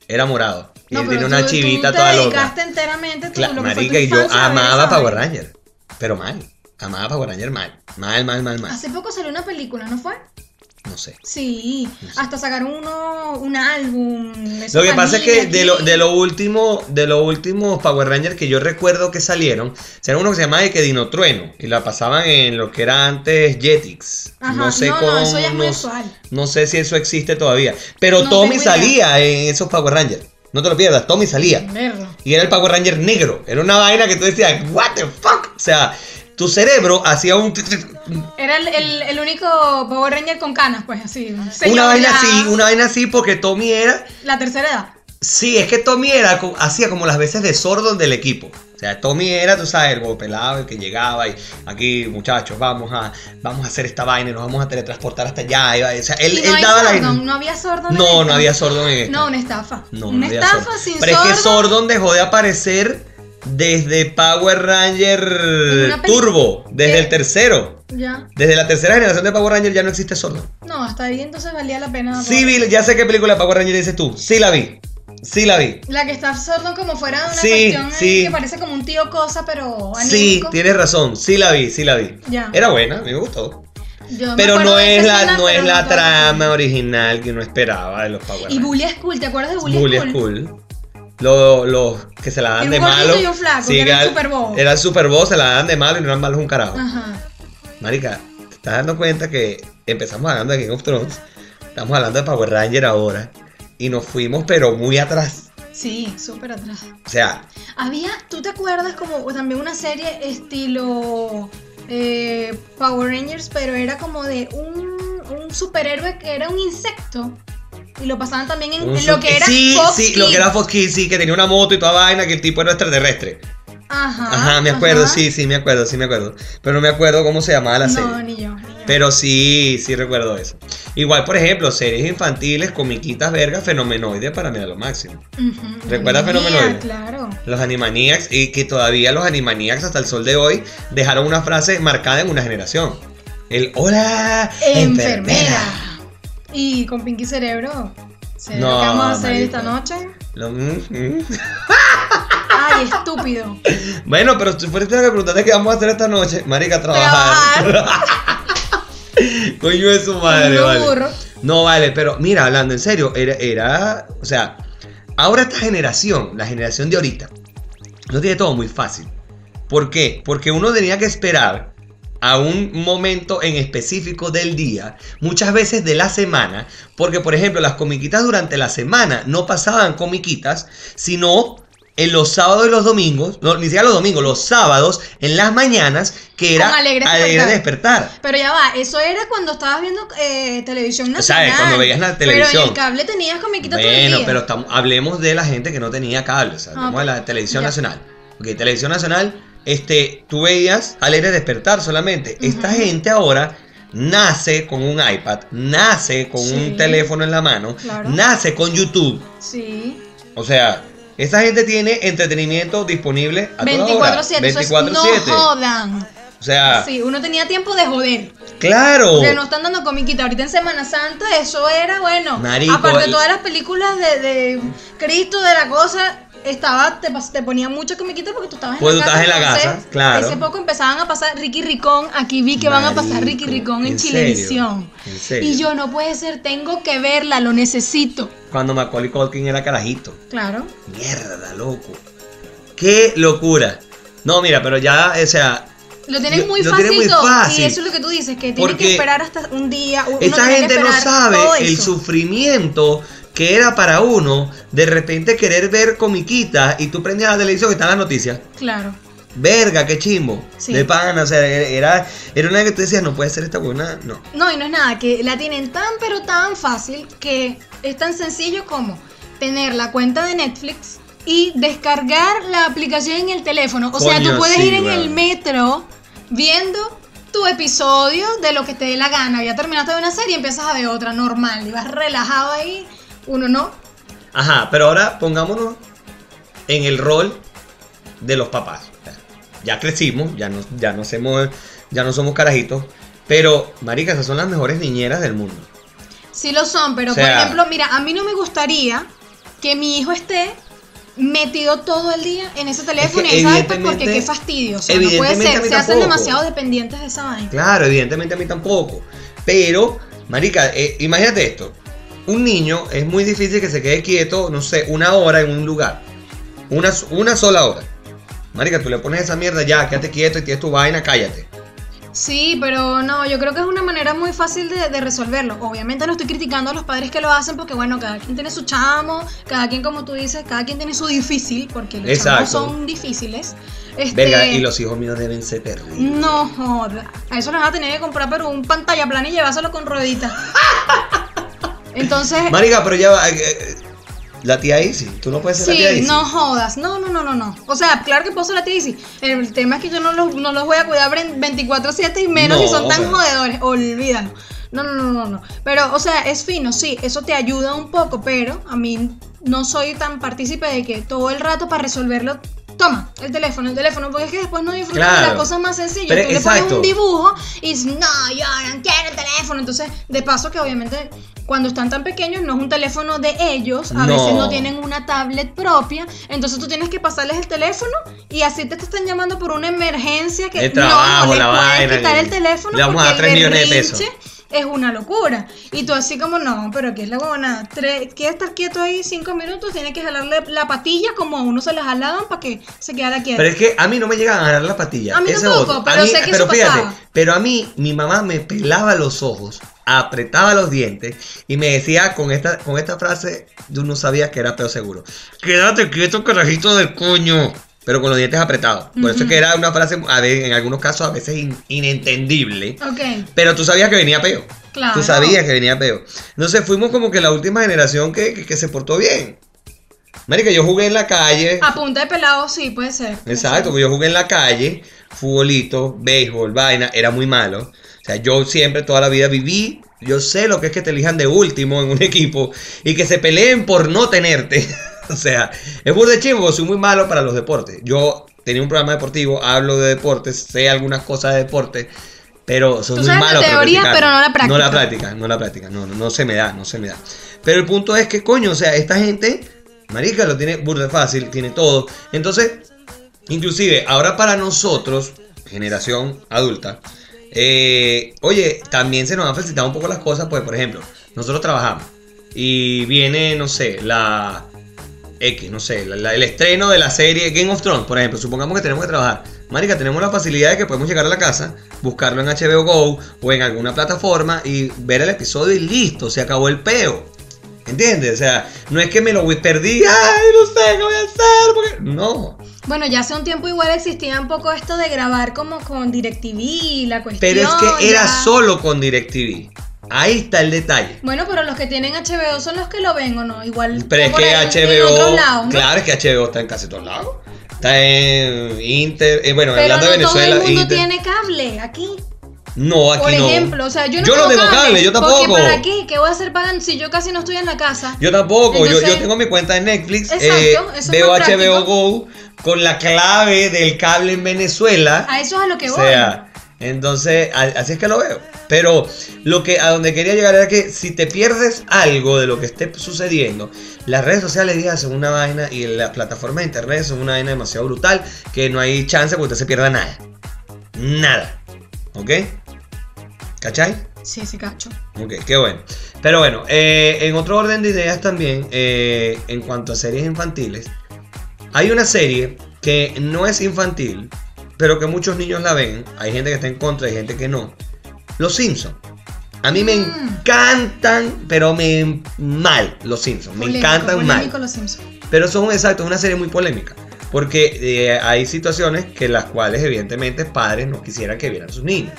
Speaker 1: Era morado. Y él
Speaker 2: pero
Speaker 1: tenía una
Speaker 2: tú-
Speaker 1: chivita
Speaker 2: tú
Speaker 1: toda
Speaker 2: Te
Speaker 1: loca.
Speaker 2: dedicaste enteramente tú,
Speaker 1: Claro,
Speaker 2: lo que fue tu
Speaker 1: marica, y yo
Speaker 2: infancia a ver
Speaker 1: amaba
Speaker 2: esa
Speaker 1: Power
Speaker 2: vaina.
Speaker 1: Ranger. Pero mal. Amaba Power Ranger mal. Mal, mal, mal, mal.
Speaker 2: Hace poco salió una película, ¿no fue?
Speaker 1: No sé.
Speaker 2: Sí,
Speaker 1: No sé.
Speaker 2: hasta sacaron uno, un álbum. esos
Speaker 1: Lo que pasa es que
Speaker 2: anillos
Speaker 1: de lo,
Speaker 2: aquí.
Speaker 1: de lo último, de los últimos Power Rangers que yo recuerdo que salieron, era uno que se llamaba de que Dino Trueno. Y la pasaban en lo que era antes Jetix.
Speaker 2: Ajá,
Speaker 1: no sé cómo.
Speaker 2: no, eso ya es muy
Speaker 1: no-
Speaker 2: usual.
Speaker 1: No sé si eso existe todavía. Pero
Speaker 2: No
Speaker 1: Tommy
Speaker 2: tengo idea.
Speaker 1: salía en esos Power Rangers. No te lo pierdas, Tommy salía.
Speaker 2: Verlo.
Speaker 1: Y era el Power Ranger negro. Era una vaina que tú decías, ¿What the fuck? O sea, tu cerebro hacía un.
Speaker 2: Era el, el, el único Power Ranger con canas, pues así. señor
Speaker 1: Una vaina
Speaker 2: ya,
Speaker 1: así, una vaina así, porque Tommy era.
Speaker 2: La tercera edad.
Speaker 1: Sí, es que Tommy era, co- hacía como las veces de sordo del equipo. O sea, Tommy era, tú sabes, el pelado, el que llegaba y aquí, muchachos, vamos a, vamos a hacer esta vaina y nos vamos a teletransportar hasta allá. y va- o sea, él,
Speaker 2: Y no
Speaker 1: él
Speaker 2: hay
Speaker 1: daba la.
Speaker 2: Sordon, No había sordo. en
Speaker 1: No,
Speaker 2: esta.
Speaker 1: no había sordo en este. esta.
Speaker 2: No, una estafa.
Speaker 1: No,
Speaker 2: una
Speaker 1: no había
Speaker 2: estafa
Speaker 1: Sordon.
Speaker 2: sin
Speaker 1: Pero es que
Speaker 2: Sordon.
Speaker 1: Sordon dejó de aparecer desde Power Ranger
Speaker 2: una peli-
Speaker 1: Turbo, desde
Speaker 2: ¿Qué?
Speaker 1: el tercero.
Speaker 2: Ya.
Speaker 1: Desde la tercera generación de Power Ranger ya no existe Sordon.
Speaker 2: No, hasta ahí entonces valía la pena.
Speaker 1: Sí, vi, ya sé qué película de Power Ranger dices tú. Sí la vi. Sí la vi.
Speaker 2: La que está sordo como fuera de una
Speaker 1: Sí,
Speaker 2: cuestión ahí
Speaker 1: sí.
Speaker 2: que parece como un tío cosa, pero
Speaker 1: Sí,
Speaker 2: anímico.
Speaker 1: tienes razón. Sí la vi, sí la vi.
Speaker 2: Ya.
Speaker 1: Era buena, a mí me gustó.
Speaker 2: Yo me
Speaker 1: Pero
Speaker 2: acuerdo
Speaker 1: no
Speaker 2: de
Speaker 1: es
Speaker 2: esa
Speaker 1: la,
Speaker 2: escena,
Speaker 1: no es
Speaker 2: pero
Speaker 1: la
Speaker 2: todo lo que-
Speaker 1: trama original que uno esperaba de los Power
Speaker 2: Y
Speaker 1: Rangers.
Speaker 2: Bully School, ¿te acuerdas de Bully,
Speaker 1: Bully
Speaker 2: School?
Speaker 1: School. Lo- Los, que se la dan
Speaker 2: Y un
Speaker 1: de
Speaker 2: gordito
Speaker 1: malo.
Speaker 2: y un flaco, que eran super bobos.
Speaker 1: Eran super bobos, se la dan de malo y no eran malos un carajo.
Speaker 2: Ajá.
Speaker 1: Marica, te estás dando cuenta que empezamos hablando de Game of Thrones, estamos hablando de Power Ranger ahora, y nos fuimos pero muy atrás.
Speaker 2: Sí, súper atrás.
Speaker 1: O sea,
Speaker 2: Había, ¿tú te acuerdas como también una serie estilo eh, Power Rangers, pero era como de un, un superhéroe que era un insecto? Y lo pasaban también en,
Speaker 1: un
Speaker 2: en lo
Speaker 1: sub-
Speaker 2: que era
Speaker 1: sí,
Speaker 2: Fox
Speaker 1: sí, lo que era
Speaker 2: Kids.
Speaker 1: Fox Kids, sí, que tenía una moto y toda vaina, que el tipo era extraterrestre.
Speaker 2: Ajá,
Speaker 1: Ajá, me acuerdo,
Speaker 2: ajá.
Speaker 1: sí, sí, me acuerdo, sí, me acuerdo. Pero no me acuerdo cómo se llamaba la
Speaker 2: No,
Speaker 1: serie.
Speaker 2: ni yo, ni yo.
Speaker 1: Pero sí, sí recuerdo eso. Igual, por ejemplo, series infantiles, comiquitas, vergas, fenomenoide para mí era lo máximo.
Speaker 2: Ujú,
Speaker 1: ¿Recuerdas
Speaker 2: Mamma Mia,
Speaker 1: Fenomenoide?
Speaker 2: Claro.
Speaker 1: Los Animaniacs, y que todavía los Animaniacs hasta el sol de hoy dejaron una frase marcada en una generación. El hola,
Speaker 2: Enfermera.
Speaker 1: enfermera.
Speaker 2: Y con Pinky Cerebro. ¿Cerebro
Speaker 1: No,
Speaker 2: qué vamos a hacer esta
Speaker 1: marica.
Speaker 2: noche?
Speaker 1: Lo- mm, mm.
Speaker 2: Ay, estúpido.
Speaker 1: Bueno, pero si fuiste la que preguntaste qué vamos a hacer esta noche, marica, trabajar. <laughs> Coño de su madre,
Speaker 2: Uno
Speaker 1: vale.
Speaker 2: burro.
Speaker 1: No vale, pero mira, hablando en serio, era, era, o sea, ahora esta generación, la generación de ahorita, lo tiene todo muy fácil. ¿Por qué? Porque uno tenía que esperar a un momento en específico del día, muchas veces de la semana, porque por ejemplo las comiquitas durante la semana no pasaban comiquitas, sino en los sábados y los domingos, no, ni siquiera los domingos, los sábados, en las mañanas, que era
Speaker 2: Con Alegre
Speaker 1: alegre
Speaker 2: Despertar.
Speaker 1: despertar.
Speaker 2: Pero ya va, eso era cuando estabas viendo eh, televisión
Speaker 1: O sea,
Speaker 2: nacional.
Speaker 1: cuando veías la
Speaker 2: Pero
Speaker 1: televisión.
Speaker 2: en el cable tenías comiquita todo el
Speaker 1: Bueno,
Speaker 2: día.
Speaker 1: pero estamos- hablemos de la gente que no tenía cable, o sea,
Speaker 2: Ah,
Speaker 1: hablemos
Speaker 2: ok.
Speaker 1: de la televisión
Speaker 2: Ya.
Speaker 1: nacional. Ok, televisión nacional, este, tú veías Alegre Despertar solamente. Esta
Speaker 2: Ujú.
Speaker 1: gente ahora nace con un iPad, nace con
Speaker 2: Sí.
Speaker 1: un teléfono en la mano,
Speaker 2: Claro.
Speaker 1: nace con YouTube.
Speaker 2: Sí.
Speaker 1: O sea, esa gente tiene entretenimiento disponible a toda hora.
Speaker 2: 24-7. Eso es, no
Speaker 1: 24/7.
Speaker 2: jodan.
Speaker 1: O sea,
Speaker 2: Sí, uno tenía tiempo de joder.
Speaker 1: claro.
Speaker 2: Porque no están dando comiquita. Ahorita en Semana Santa eso era, bueno.
Speaker 1: Marico,
Speaker 2: aparte
Speaker 1: el-
Speaker 2: de todas las películas de, de Cristo, de la cosa, estaba, te, pas- te ponía mucha comiquita porque tú estabas en
Speaker 1: Pues
Speaker 2: la
Speaker 1: tú
Speaker 2: casa.
Speaker 1: estabas en la
Speaker 2: entonces,
Speaker 1: casa, claro.
Speaker 2: Hace poco empezaban a pasar Ricky Ricón. Aquí vi que van a pasar Ricky
Speaker 1: Marico,
Speaker 2: Ricón en,
Speaker 1: ¿en serio?
Speaker 2: Chilevisión.
Speaker 1: ¿En serio?
Speaker 2: Y yo, no puede ser, tengo que verla, lo necesito.
Speaker 1: Cuando Macaulay Culkin era carajito.
Speaker 2: Claro.
Speaker 1: Mierda, loco. Qué locura. No, mira, pero ya, o sea,
Speaker 2: Lo tienen
Speaker 1: Lo-
Speaker 2: muy,
Speaker 1: lo
Speaker 2: fácil,
Speaker 1: tienen muy
Speaker 2: todo,
Speaker 1: fácil.
Speaker 2: Y eso es lo que tú dices, que tienen
Speaker 1: Porque
Speaker 2: que esperar hasta un día. uno
Speaker 1: esta
Speaker 2: tiene que
Speaker 1: gente no
Speaker 2: esperar todo
Speaker 1: sabe el
Speaker 2: eso.
Speaker 1: sufrimiento que era para uno de repente querer ver comiquitas y tú prendías la televisión que están las noticias.
Speaker 2: Claro.
Speaker 1: Verga, qué chimbo.
Speaker 2: Sí.
Speaker 1: De pan, o sea, era, era una que tú decías, no puede ser esta buena, no.
Speaker 2: No, y no es nada, que la tienen tan pero tan fácil que es tan sencillo como tener la cuenta de Netflix y descargar la aplicación en el teléfono. O sea,
Speaker 1: Coño,
Speaker 2: tú puedes
Speaker 1: sí,
Speaker 2: ir en
Speaker 1: weón.
Speaker 2: el metro viendo tu episodio de lo que te dé la gana. Ya terminaste de una serie y empiezas a ver otra normal. Y vas relajado ahí. Uno no.
Speaker 1: Ajá, pero ahora pongámonos en el rol de los papás. Ya crecimos, ya no, ya no, somos, ya no somos carajitos. Pero, marica, esas son las mejores niñeras del mundo.
Speaker 2: Sí lo son, pero
Speaker 1: O sea-
Speaker 2: por ejemplo, mira, a mí no me gustaría que mi hijo esté metido todo el día en ese teléfono
Speaker 1: que
Speaker 2: y en esa iPad porque
Speaker 1: evidentemente-
Speaker 2: qué fastidio. O sea, no puede
Speaker 1: evidentemente a
Speaker 2: ser.
Speaker 1: mí
Speaker 2: Se hacen
Speaker 1: tampoco.
Speaker 2: demasiado dependientes de esa vaina.
Speaker 1: Claro, evidentemente a mí tampoco. Pero, marica, eh, imagínate esto. Un niño es muy difícil que se quede quieto, no sé, una hora en un lugar. Una, s- una sola hora. Marica, tú le pones esa mierda ya, quédate quieto y tienes tu vaina, cállate.
Speaker 2: Sí, pero no, yo creo que es una manera muy fácil de, de resolverlo. Obviamente no estoy criticando a los padres que lo hacen porque, bueno, cada quien tiene su chamo, cada quien, como tú dices, cada quien tiene su difícil, porque los
Speaker 1: Exacto.
Speaker 2: chamos son difíciles. Este,
Speaker 1: Verga, y los hijos míos deben ser perdidos.
Speaker 2: No joda. A eso les vas a tener que comprar, pero un pantalla plana y llevárselo
Speaker 1: <laughs>
Speaker 2: con rueditas. Entonces,
Speaker 1: Marica, pero ya va. eh, eh, la tía Isi, tú no puedes ser la tía
Speaker 2: sí,
Speaker 1: Isi.
Speaker 2: no jodas. No, no, no, no, no. O sea, claro que puedo ser la tía Izzy. El tema es que yo no los, no los voy a cuidar 24-7 y menos
Speaker 1: No,
Speaker 2: si son tan
Speaker 1: pero-
Speaker 2: jodedores. Olvídalo. No, no, no, no, no. Pero, o sea, es fino, sí, eso te ayuda un poco, pero a mí no soy tan partícipe de que todo el rato para resolverlo. Toma, el teléfono, el teléfono, porque es que después no disfrutas de las
Speaker 1: Claro.
Speaker 2: cosas más sencillas.
Speaker 1: Pero,
Speaker 2: Tú le pones
Speaker 1: exacto.
Speaker 2: un dibujo y dices, no, yo no quiero el teléfono. Entonces, de paso que obviamente cuando están tan pequeños no es un teléfono de ellos, a
Speaker 1: No.
Speaker 2: veces no tienen una tablet propia, entonces tú tienes que pasarles el teléfono y así te están llamando por una emergencia que
Speaker 1: El trabajo,
Speaker 2: no,
Speaker 1: la
Speaker 2: no les pueden
Speaker 1: vaina,
Speaker 2: quitar
Speaker 1: que-
Speaker 2: el teléfono
Speaker 1: le vamos a dar
Speaker 2: porque el
Speaker 1: tres millones de
Speaker 2: berrinche
Speaker 1: pesos.
Speaker 2: Es una locura. Y tú así como, no, pero ¿qué es la huevona? Tres- ¿Quieres estar quieto ahí cinco minutos? Tienes que jalarle la patilla como a uno se la jalaban para que se quedara quieto.
Speaker 1: Pero es que a mí no me llegaban a ganar las pastillas.
Speaker 2: A mí
Speaker 1: ese
Speaker 2: tampoco,
Speaker 1: otro.
Speaker 2: pero sé que eso pasaba.
Speaker 1: pero a mí mi mamá me pelaba los ojos, apretaba los dientes y me decía con esta, con esta frase, tú no sabías que era peor seguro. Quédate quieto, carajito del coño. Pero con los dientes apretados. Por eso es
Speaker 2: Ujú.
Speaker 1: que era una frase, a ver, en algunos casos a veces in- inentendible.
Speaker 2: Ok,
Speaker 1: Pero tú sabías que venía peo.
Speaker 2: claro.
Speaker 1: Tú sabías que venía peo. Entonces fuimos como que la última generación que, que- que se portó bien. Marica, yo jugué en la calle.
Speaker 2: A punta de pelado, Ah, sí, puede ser. puede
Speaker 1: Exacto,
Speaker 2: ser.
Speaker 1: porque yo jugué en la calle, futbolito, béisbol, vaina, era muy malo. O sea, yo siempre, toda la vida viví, yo sé lo que es que te elijan de último en un <laughs> equipo y que se peleen por no tenerte. <laughs> o sea, es burda de chivo, soy muy malo para los deportes. Yo tenía un programa deportivo, hablo de deportes, sé algunas cosas de deportes, pero soy
Speaker 2: Tú
Speaker 1: muy
Speaker 2: sabes la
Speaker 1: malo para
Speaker 2: teoría,
Speaker 1: practicarlo.
Speaker 2: pero no la
Speaker 1: No la
Speaker 2: práctica.
Speaker 1: práctica, no la práctica, no, no, no se me da, no se me da. Pero el punto es que, coño, o sea, esta gente, marica, lo tiene burda fácil, tiene todo. Entonces, Inclusive, ahora para nosotros, generación adulta, eh, oye, también se nos han facilitado un poco las cosas, pues por ejemplo, nosotros trabajamos y viene, no sé, la X, no sé, la- la- el estreno de la serie Game of Thrones, por ejemplo, supongamos que tenemos que trabajar. Marica, tenemos la facilidad de que podemos llegar a la casa, buscarlo en HBO Go o en alguna plataforma y ver el episodio y listo, se acabó el peo. ¿Entiendes? O sea, no es que me lo voy- perdí, ay, no sé qué voy a hacer, porque... No,
Speaker 2: Bueno, ya hace un tiempo igual existía un poco esto de grabar como con DirecTV, la cuestión.
Speaker 1: Pero es que era
Speaker 2: ya.
Speaker 1: solo con DirecTV. Ahí está el detalle.
Speaker 2: Bueno, pero los que tienen HBO son los que lo ven o no. Igual.
Speaker 1: Pero es
Speaker 2: por
Speaker 1: que
Speaker 2: ahí, En
Speaker 1: HBO.
Speaker 2: otros lados, ¿no?
Speaker 1: Claro, es que HBO está en casi todos lados. Está en Inter. eh, bueno,
Speaker 2: Pero
Speaker 1: hablando
Speaker 2: no
Speaker 1: de Venezuela.
Speaker 2: todo el mundo
Speaker 1: Inter-
Speaker 2: tiene cable aquí.
Speaker 1: No, aquí
Speaker 2: por
Speaker 1: no.
Speaker 2: ejemplo, o sea, yo no
Speaker 1: Yo no
Speaker 2: tengo,
Speaker 1: tengo cable, yo tampoco.
Speaker 2: Porque para qué, ¿qué voy a hacer pagando si yo casi no estoy en la casa?
Speaker 1: Yo tampoco. yo- yo,
Speaker 2: Entonces-
Speaker 1: tengo mi cuenta de Netflix.
Speaker 2: Exacto,
Speaker 1: eh,
Speaker 2: eso es
Speaker 1: veo
Speaker 2: muy
Speaker 1: HBO
Speaker 2: práctico.
Speaker 1: Go con la clave del cable en Venezuela.
Speaker 2: A eso es a lo que
Speaker 1: O
Speaker 2: voy.
Speaker 1: sea, entonces, a- así es que lo veo. Pero lo que a donde quería llegar era que si te pierdes algo de lo que esté sucediendo, las redes sociales viejas son una vaina y las plataformas de internet son una vaina demasiado brutal que no hay chance que usted se pierda nada. Nada. ¿Ok? ¿Cachai?
Speaker 2: Sí, sí, cacho.
Speaker 1: Ok, qué bueno. Pero bueno, eh, en otro orden de ideas también, eh, en cuanto a series infantiles, hay una serie que no es infantil, pero que muchos niños la ven. Hay gente que está en contra, hay gente que no. Los Simpsons. A mí me
Speaker 2: Mm.
Speaker 1: encantan, pero me mal los Simpsons. Me
Speaker 2: Polémico,
Speaker 1: encantan
Speaker 2: polémico
Speaker 1: mal.
Speaker 2: Los Simpsons.
Speaker 1: Pero son exacto, es una serie muy polémica. Porque eh, hay situaciones que las cuales, evidentemente, padres no quisieran que vieran sus niños.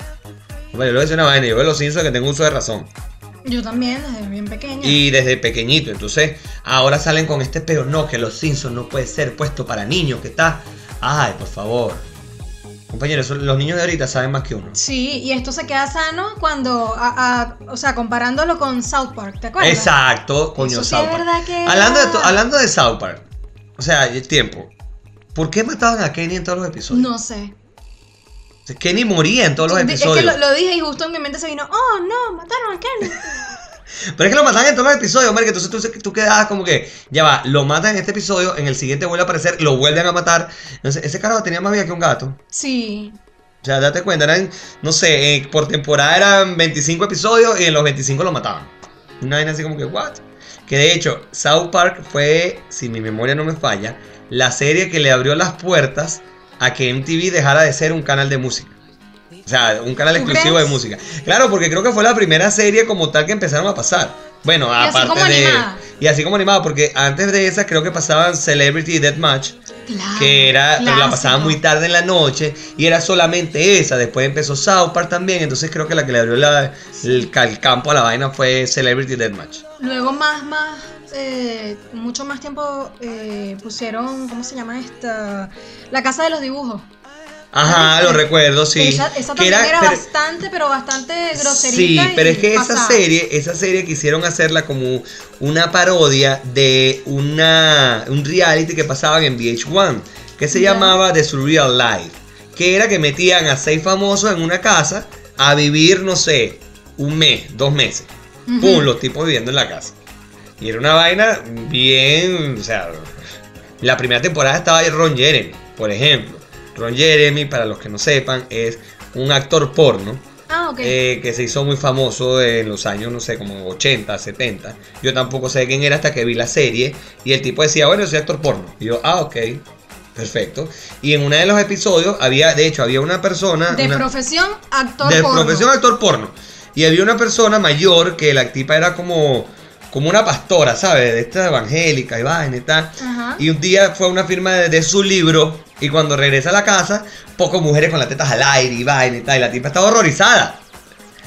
Speaker 1: Bueno, yo le voy a decir una vaina, yo veo los Simpsons que tengo uso de razón.
Speaker 2: Yo también, desde bien pequeña.
Speaker 1: Y desde pequeñito, entonces ahora salen con este pero no, que los Simpsons no puede ser puesto para niños, que está... Ay, por favor. Compañero, eso- los niños de ahorita saben más que uno.
Speaker 2: Sí, y esto se queda sano cuando, a- a- o sea, comparándolo con South Park, ¿te acuerdas?
Speaker 1: Exacto, coño,
Speaker 2: Eso sí
Speaker 1: South
Speaker 2: es
Speaker 1: Park.
Speaker 2: verdad que
Speaker 1: hablando, de
Speaker 2: era-
Speaker 1: to- hablando de South Park, o sea, el tiempo. ¿Por qué mataban a Kenny en todos los episodios?
Speaker 2: No sé.
Speaker 1: O sea, Kenny moría en todos los
Speaker 2: Es que
Speaker 1: episodios.
Speaker 2: lo, lo dije y justo en mi mente se vino, oh no, mataron
Speaker 1: <laughs>
Speaker 2: a Kenny.
Speaker 1: Pero es que lo mataban en todos los episodios, marico. Entonces tú, tú quedabas como que, ya va, lo matan en este episodio, en el siguiente vuelve a aparecer, lo vuelven a matar. Entonces, ese carajo tenía más vida que un gato.
Speaker 2: Sí,
Speaker 1: O sea, date cuenta, eran, no sé, eh, por temporada eran 25 episodios y en los 25 lo mataban. Una vaina así como que, ¿what? Que de hecho, South Park fue, si mi memoria no me falla, la serie que le abrió las puertas a que MTV dejara de ser un canal de música. O sea, un canal
Speaker 2: ¿Tú
Speaker 1: exclusivo
Speaker 2: crees?
Speaker 1: de música. Claro, porque creo que fue la primera serie como tal que empezaron a pasar. Bueno,
Speaker 2: así
Speaker 1: aparte
Speaker 2: como
Speaker 1: de.
Speaker 2: animada.
Speaker 1: Y así como animada, porque antes de esa creo que pasaban Celebrity Deathmatch
Speaker 2: claro.
Speaker 1: que era pero la pasaba
Speaker 2: Ah, clásico.
Speaker 1: muy tarde en la noche y era solamente esa después empezó South Park también entonces creo que la que le abrió la- el, el campo a la vaina fue Celebrity Deathmatch
Speaker 2: Luego más, más, eh, mucho más tiempo eh, pusieron, ¿cómo se llama esta? La Casa de los Dibujos.
Speaker 1: ajá
Speaker 2: Ay,
Speaker 1: lo
Speaker 2: Ah, sí.
Speaker 1: recuerdo sí
Speaker 2: Esa, esa
Speaker 1: Que
Speaker 2: también era,
Speaker 1: pero-
Speaker 2: bastante, pero bastante
Speaker 1: Sí,
Speaker 2: groserita.
Speaker 1: pero
Speaker 2: y
Speaker 1: es que esa
Speaker 2: pasada.
Speaker 1: serie, esa serie quisieron hacerla como una parodia de una un reality que pasaban en VH1, que se
Speaker 2: Ya.
Speaker 1: llamaba The Surreal Life, que era que metían a seis famosos en una casa a vivir, no sé, un mes, dos meses.
Speaker 2: Ujú.
Speaker 1: Pum, los tipos viviendo en la casa. Y era una vaina bien, o sea, la primera temporada estaba ahí Ron Jeremy, por ejemplo. Ron Jeremy, para los que no sepan, es un actor porno
Speaker 2: Ah, ok.
Speaker 1: eh, que se hizo muy famoso en los años, no sé, como 80, 70. Yo tampoco sé quién era hasta que vi la serie. Y el tipo decía, bueno, yo soy actor porno. Y yo, ah, ok, perfecto. Y en uno de los episodios había, de hecho, había una persona...
Speaker 2: de
Speaker 1: una-
Speaker 2: profesión, actor
Speaker 1: de
Speaker 2: porno.
Speaker 1: profesión actor porno. Y había una persona mayor que la tipa era como, como una pastora, ¿sabes? De estas evangélicas y vaina y tal.
Speaker 2: Ajá.
Speaker 1: Y un día fue a una firma de, de su libro y cuando regresa a la casa, pocas mujeres con las tetas al aire y vaina y tal. Y la tipa estaba horrorizada.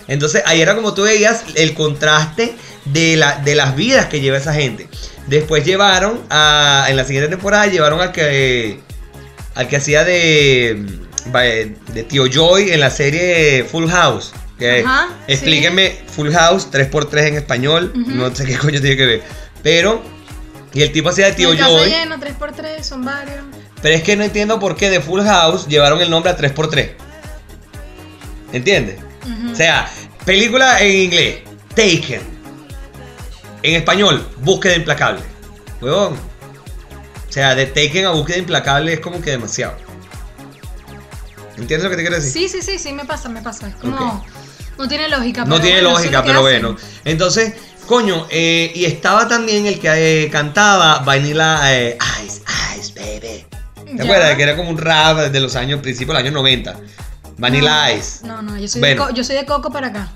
Speaker 1: Entonces ahí era como tú veías el contraste de, la, de las vidas que lleva esa gente. Después llevaron a. En la siguiente temporada llevaron al que. Al que hacía de. mm, eh, De Tío Joy en la serie Full House. Que
Speaker 2: Ajá, sí.
Speaker 1: explíquenme Full House 3x3 en español.
Speaker 2: Ujú.
Speaker 1: No sé qué coño tiene que ver. Pero. Y el tipo hacía de Tío ¿eh?
Speaker 2: Mi casa
Speaker 1: Joy.
Speaker 2: llena, 3x3, son varios.
Speaker 1: Pero es que no entiendo por qué de Full House llevaron el nombre a 3x3. ¿Entiendes?
Speaker 2: Ujú.
Speaker 1: O sea, película en inglés, Taken. En español, Búsqueda Implacable. Huevón. O sea, de Taken a Búsqueda Implacable es como que demasiado. ¿Entiendes lo que te quiero decir?
Speaker 2: sí, sí, sí, sí, me pasa, me pasa. Es como. No tiene lógica.
Speaker 1: No
Speaker 2: pero
Speaker 1: tiene
Speaker 2: bueno, eso es
Speaker 1: lógica,
Speaker 2: lo que
Speaker 1: pero
Speaker 2: hacen.
Speaker 1: bueno. Entonces, coño, eh, y estaba también el que eh, cantaba Vanilla eh, Ice, Ice, baby. ¿Te
Speaker 2: Ya.
Speaker 1: acuerdas? Que era como un rap de los años, principios del año 90. Vanilla
Speaker 2: No,
Speaker 1: Ice,
Speaker 2: No, no, yo soy,
Speaker 1: Bueno.
Speaker 2: de, co- yo soy de coco para acá.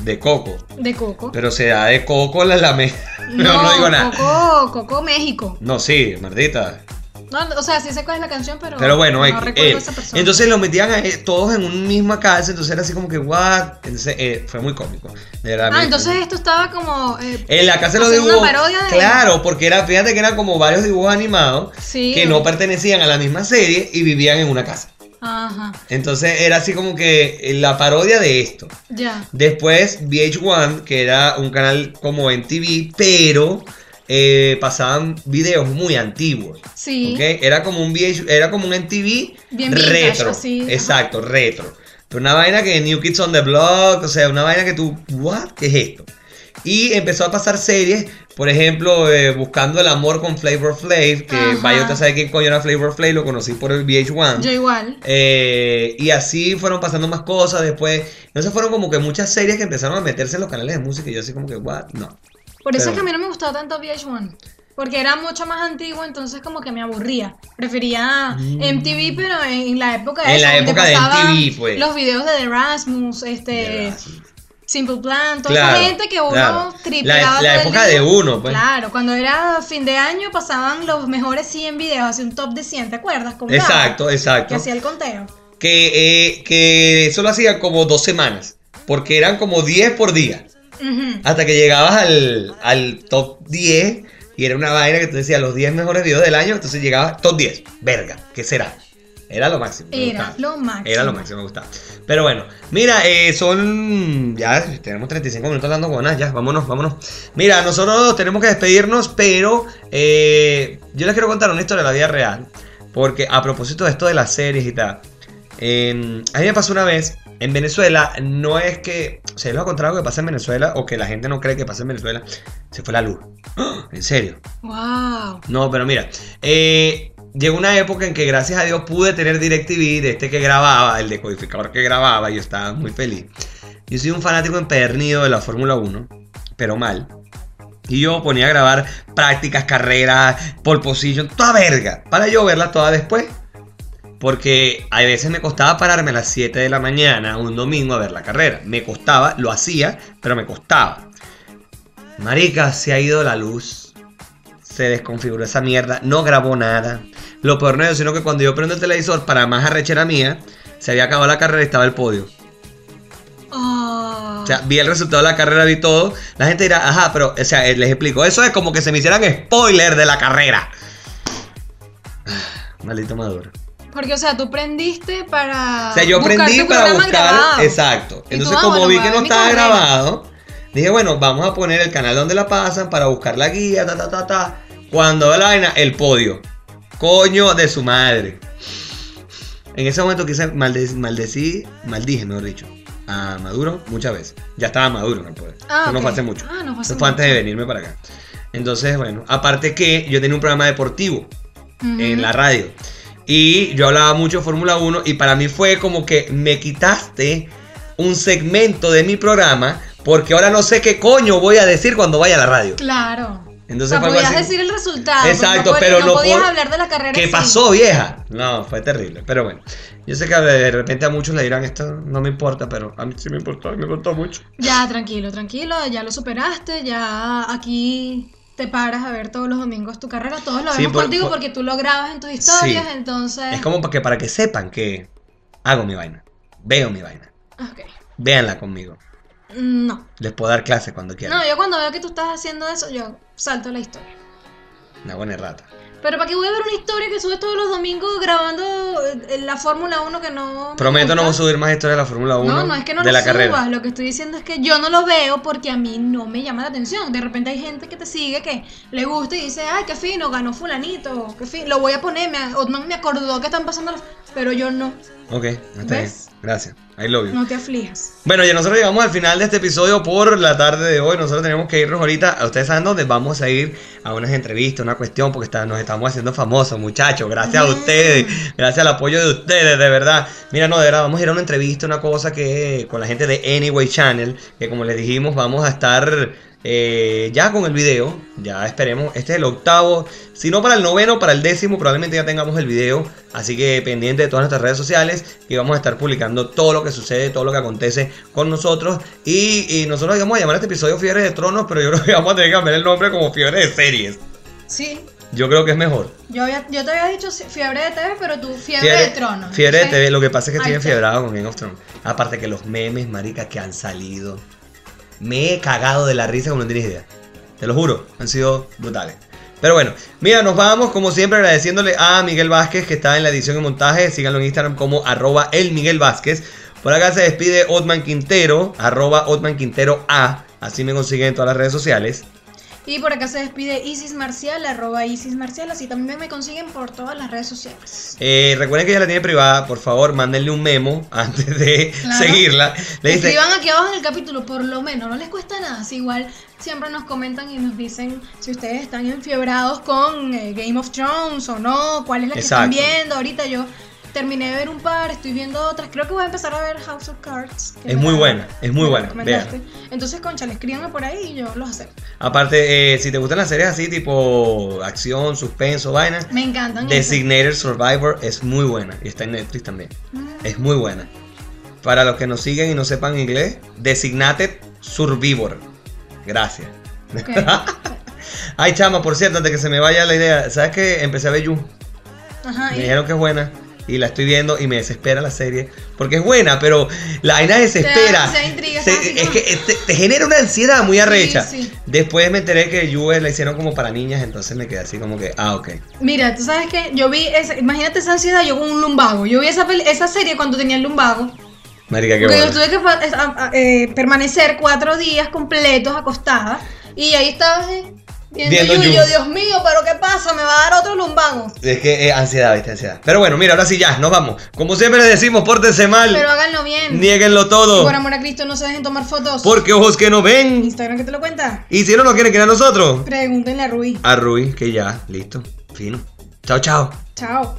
Speaker 1: de coco.
Speaker 2: De coco.
Speaker 1: Pero se da de coco la lame. <laughs> No, no, digo nada.
Speaker 2: Coco, Coco México.
Speaker 1: No, sí, maldita.
Speaker 2: No, o sea, sí sé cuál es la canción, pero.
Speaker 1: Pero bueno,
Speaker 2: no
Speaker 1: X,
Speaker 2: recuerdo
Speaker 1: él.
Speaker 2: esa persona.
Speaker 1: entonces los metían a él todos en una misma casa, entonces era así como que, what? Entonces eh, fue muy cómico. De verdad,
Speaker 2: Ah,
Speaker 1: muy
Speaker 2: entonces
Speaker 1: cómico.
Speaker 2: esto estaba como. eh,
Speaker 1: En la casa de los
Speaker 2: haciendo
Speaker 1: dibujos.
Speaker 2: una parodia de-
Speaker 1: Claro, porque era, fíjate que eran como varios dibujos animados
Speaker 2: sí.
Speaker 1: que no pertenecían a la misma serie y vivían en una casa.
Speaker 2: Ajá,
Speaker 1: Entonces era así como que eh, la parodia de esto.
Speaker 2: ya.
Speaker 1: Después VH1, que era un canal como en TV, pero eh, pasaban videos muy antiguos.
Speaker 2: Sí.
Speaker 1: ¿ok? Era como un VH, era como un MTV
Speaker 2: Bien vintage,
Speaker 1: retro.
Speaker 2: así, ajá.
Speaker 1: exacto, retro. Pero una vaina que New Kids on the Block, o sea, una vaina que tú, what, ¿qué es esto? Y empezó a pasar series, por ejemplo, eh, Buscando el amor con Flavor Flav, que
Speaker 2: Ajá.
Speaker 1: vaya usted sabe quién coño era Flavor Flav, lo conocí por el VH1.
Speaker 2: Yo igual.
Speaker 1: Eh, y así fueron pasando más cosas después. Entonces fueron como que muchas series que empezaron a meterse en los canales de música. Y yo así como que, what? No.
Speaker 2: Por eso
Speaker 1: pero-
Speaker 2: es que a mí no me gustaba tanto VH1. Porque era mucho más antiguo, entonces como que me aburría. Prefería
Speaker 1: Mm.
Speaker 2: MTV, pero en, en la época de
Speaker 1: En
Speaker 2: eso,
Speaker 1: la
Speaker 2: donde
Speaker 1: época de
Speaker 2: pasaban
Speaker 1: MTV, pues.
Speaker 2: Los videos de The Erasmus, este. Simple Plan, toda
Speaker 1: Claro,
Speaker 2: esa gente que uno
Speaker 1: claro.
Speaker 2: tripeaba
Speaker 1: La- la
Speaker 2: todo el
Speaker 1: época
Speaker 2: día.
Speaker 1: de uno, pues.
Speaker 2: Claro, cuando era fin de año pasaban los mejores 100 videos, hacía un top de 100, ¿te acuerdas? Con Gabo,
Speaker 1: Exacto,
Speaker 2: Que
Speaker 1: exacto.
Speaker 2: hacía el conteo.
Speaker 1: Que, eh, que eso lo hacían como dos semanas. Porque eran como 10 por día.
Speaker 2: Ujú.
Speaker 1: Hasta que llegabas al, al top 10. Y era una vaina que tú decías los 10 mejores videos del año. Entonces llegabas top 10. Verga, ¿qué será? Era lo máximo. me
Speaker 2: Era
Speaker 1: gustaba.
Speaker 2: lo máximo.
Speaker 1: Era lo máximo, me gustaba. Pero bueno, mira, eh, son. Ya tenemos 35 minutos hablando con ya, vámonos, vámonos. Mira, nosotros tenemos que despedirnos, pero eh, yo les quiero contar una historia de la vida real. Porque a propósito de esto de las series y tal, eh, a mí me pasó una vez. En Venezuela no es que. O sea, es lo contrario que pasa en Venezuela o que la gente no cree que pasa en Venezuela. Se fue la luz. ¡Ah! En serio.
Speaker 2: Wow.
Speaker 1: No, pero mira, eh, llegó una época en que gracias a Dios pude tener DirecTV de este que grababa, el decodificador que grababa, yo estaba muy feliz. Yo soy un fanático empernido de la Fórmula 1, pero mal. Y yo ponía a grabar prácticas, carreras, pole position, toda verga, para yo verlas todas después. Porque a veces me costaba pararme a las 7 de la mañana, un domingo, a ver la carrera. Me costaba, lo hacía, pero me costaba. Marica, se ha ido la luz se desconfiguró esa mierda, no grabó nada. Lo peor no es eso, sino que cuando yo prendo el televisor, para más arrechera mía, se había acabado la carrera y estaba el podio.
Speaker 2: Ah.
Speaker 1: O sea, vi el resultado de la carrera, vi todo. La gente dirá, ajá, pero, o sea, eh, les explico. Eso es como que se me hicieran spoiler de la carrera. <sighs> Maldito Maduro.
Speaker 2: Porque, o sea, tú prendiste para.
Speaker 1: O sea, yo
Speaker 2: buscar
Speaker 1: aprendí
Speaker 2: tu
Speaker 1: para
Speaker 2: programa
Speaker 1: buscar.
Speaker 2: grabado.
Speaker 1: Exacto.
Speaker 2: Y tú, ah,
Speaker 1: Entonces,
Speaker 2: vámonos,
Speaker 1: como vi
Speaker 2: va,
Speaker 1: que no
Speaker 2: mi
Speaker 1: estaba
Speaker 2: carrera.
Speaker 1: grabado, dije, bueno, vamos a poner el canal donde la pasan para buscar la guía, ta, ta, ta, ta. Cuando veo la vaina, el podio. Coño de su madre. En ese momento quise malde- maldecí, maldije, mejor dicho, a Maduro muchas veces. Ya estaba Maduro en el poder.
Speaker 2: Ah,
Speaker 1: Eso no
Speaker 2: ok.
Speaker 1: fue hace mucho.
Speaker 2: Ah, no fue hace
Speaker 1: Eso fue antes de
Speaker 2: mucho.
Speaker 1: venirme para acá. Entonces, bueno, aparte que yo tenía un programa deportivo
Speaker 2: Ujú.
Speaker 1: en la radio. Y yo hablaba mucho de Fórmula 1 y para mí fue como que me quitaste un segmento de mi programa porque ahora no sé qué coño voy a decir cuando vaya a la radio.
Speaker 2: Claro.
Speaker 1: Entonces
Speaker 2: o sea,
Speaker 1: fue algo
Speaker 2: podías
Speaker 1: así.
Speaker 2: decir el resultado. porque
Speaker 1: Exacto,
Speaker 2: no pod-
Speaker 1: pero
Speaker 2: no,
Speaker 1: no
Speaker 2: podías
Speaker 1: pod-
Speaker 2: hablar de la carrera.
Speaker 1: ¿Qué
Speaker 2: en sí.
Speaker 1: pasó, vieja? No, fue terrible. Pero bueno, yo sé que de repente a muchos le dirán esto no me importa, pero a mí sí me importó y me importó mucho.
Speaker 2: Ya, tranquilo, tranquilo, ya lo superaste, ya aquí te paras a ver todos los domingos tu carrera, todos lo
Speaker 1: Sí,
Speaker 2: vemos
Speaker 1: por-
Speaker 2: contigo
Speaker 1: por-
Speaker 2: porque tú lo grabas en tus historias,
Speaker 1: Sí.
Speaker 2: entonces...
Speaker 1: Es como para que, para que sepan que hago mi vaina, veo mi vaina,
Speaker 2: Ok.
Speaker 1: véanla conmigo.
Speaker 2: No.
Speaker 1: Les puedo dar clases cuando quieran.
Speaker 2: No, yo cuando veo que tú estás haciendo eso, yo salto la historia.
Speaker 1: Una buena rata.
Speaker 2: Pero ¿para qué voy a ver una historia que subes todos los domingos grabando eh, la Fórmula 1 que no... me
Speaker 1: Prometo no
Speaker 2: gusta?
Speaker 1: subir más historias de la Fórmula 1
Speaker 2: No, no es que no
Speaker 1: de
Speaker 2: lo
Speaker 1: la
Speaker 2: subas,
Speaker 1: carrera.
Speaker 2: lo que estoy diciendo es que yo no lo veo porque a mí no me llama la atención. De repente hay gente que te sigue que le gusta y dice, ay, qué fino, ganó fulanito, qué fino, lo voy a poner, me, o no me acordó que están pasando las... Pero yo no,
Speaker 1: Ok, está bien.
Speaker 2: ¿Ves?
Speaker 1: Gracias. I love you.
Speaker 2: no te aflijas.
Speaker 1: Bueno, ya nosotros llegamos al final de este episodio por la tarde de hoy. Nosotros tenemos que irnos ahorita. Ustedes saben dónde vamos a ir a unas entrevistas, una cuestión, porque está- nos estamos haciendo famosos, muchachos. Gracias a
Speaker 2: Ajá.
Speaker 1: ustedes, gracias al apoyo de ustedes, de verdad. Mira, no, de verdad, vamos a ir a una entrevista, una cosa que con la gente de Anyway Channel, que como les dijimos, vamos a estar eh, ya con el video. Ya esperemos. Este es el octavo, si no para el noveno, para el décimo, probablemente ya tengamos el video. Así que pendiente de todas nuestras redes sociales y vamos a estar publicando todo lo que sucede, todo lo que acontece con nosotros. Y, y nosotros íbamos a llamar a este episodio Fiebre de Tronos, pero yo creo que vamos a tener que cambiar el nombre como Fiebre de Series.
Speaker 2: Sí,
Speaker 1: Yo creo que es mejor.
Speaker 2: yo, había- yo te había dicho si- fiebre de TV, pero tú fiebre, de trono.
Speaker 1: Fiebre de
Speaker 2: entonces-
Speaker 1: TV, lo que pasa es que estoy
Speaker 2: Ahí está.
Speaker 1: enfiebrado con Game of Thrones. Aparte que los memes, marica, que han salido. Me he cagado de la risa como no tienes idea. Te lo juro, han sido brutales. Pero bueno, mira, nos vamos como siempre agradeciéndole a Miguel Vázquez que está en la edición y montaje. Síganlo en Instagram como arroba el Miguel Vázquez. Por acá se despide Otman Quintero, arroba Otman Quintero A. Así me consiguen en todas las redes sociales.
Speaker 2: Y por acá se despide Isis Marcial, arroba Isis Marcial, así también me consiguen por todas las redes sociales.
Speaker 1: Eh, recuerden que ella la tiene privada, por favor, mándenle un memo antes de
Speaker 2: Claro.
Speaker 1: seguirla. Le dice-
Speaker 2: Escriban aquí abajo en el capítulo, por lo menos, no les cuesta nada. Si igual siempre nos comentan y nos dicen si ustedes están enfiebrados con eh, Game of Thrones o no, cuál es la que están
Speaker 1: Exacto.
Speaker 2: viendo. Ahorita yo terminé de ver un par, estoy viendo otras. Creo que voy a empezar a ver House of Cards. que
Speaker 1: Es
Speaker 2: me
Speaker 1: muy
Speaker 2: la-
Speaker 1: buena, es muy
Speaker 2: me la
Speaker 1: buena,
Speaker 2: recomendaste. Entonces, concha, escríbanme por ahí y yo los acepto.
Speaker 1: Aparte, eh, si te gustan las series así, tipo acción, suspenso, vaina,
Speaker 2: Me encantan. esas.
Speaker 1: Designated Survivor es muy buena. Y está en Netflix también. <laughs>
Speaker 2: Mm,
Speaker 1: Es muy buena. Para los que nos siguen y no sepan inglés, Designated Survivor. Gracias.
Speaker 2: ok.
Speaker 1: Ay, chama, por cierto, antes que se me vaya la idea, ¿sabes que Empecé a ver You.
Speaker 2: Ajá,
Speaker 1: Me
Speaker 2: y
Speaker 1: dijeron que es buena. Y la estoy viendo y me desespera la serie. Porque es buena, pero la vaina desespera.
Speaker 2: Te da- te da intriga,
Speaker 1: Se-
Speaker 2: estás así
Speaker 1: es
Speaker 2: como-
Speaker 1: que eh, te, te genera una ansiedad muy arrecha.
Speaker 2: Sí, sí.
Speaker 1: Después me enteré que Juve la hicieron como para niñas, entonces me quedé así como que, ah, ok.
Speaker 2: Mira, tú sabes que yo vi, esa, imagínate esa ansiedad, yo con un lumbago. Yo vi esa, pel- esa serie cuando tenía el lumbago.
Speaker 1: Marica, qué
Speaker 2: Porque yo
Speaker 1: bueno.
Speaker 2: tuve que fa- es- a- a- eh, permanecer cuatro días completos acostada. Y ahí estaba así,
Speaker 1: Viendo
Speaker 2: viendo Yu, y
Speaker 1: Yu.
Speaker 2: yo, Dios mío, pero ¿qué pasa? Me va a dar otro lumbago.
Speaker 1: Es que eh, ansiedad, viste, ansiedad. Pero bueno, mira, ahora sí ya, nos vamos. Como siempre les decimos, pórtense mal,
Speaker 2: Pero háganlo bien.
Speaker 1: nieguenlo todo.
Speaker 2: Por amor a Cristo, no se dejen tomar fotos.
Speaker 1: Porque ojos que no ven.
Speaker 2: Instagram, ¿qué te lo cuenta?
Speaker 1: Y si no nos quieren creer a nosotros,
Speaker 2: Pregúntenle a Rui.
Speaker 1: a Rui, que ya, listo, fino. Chao, chao.
Speaker 2: Chao.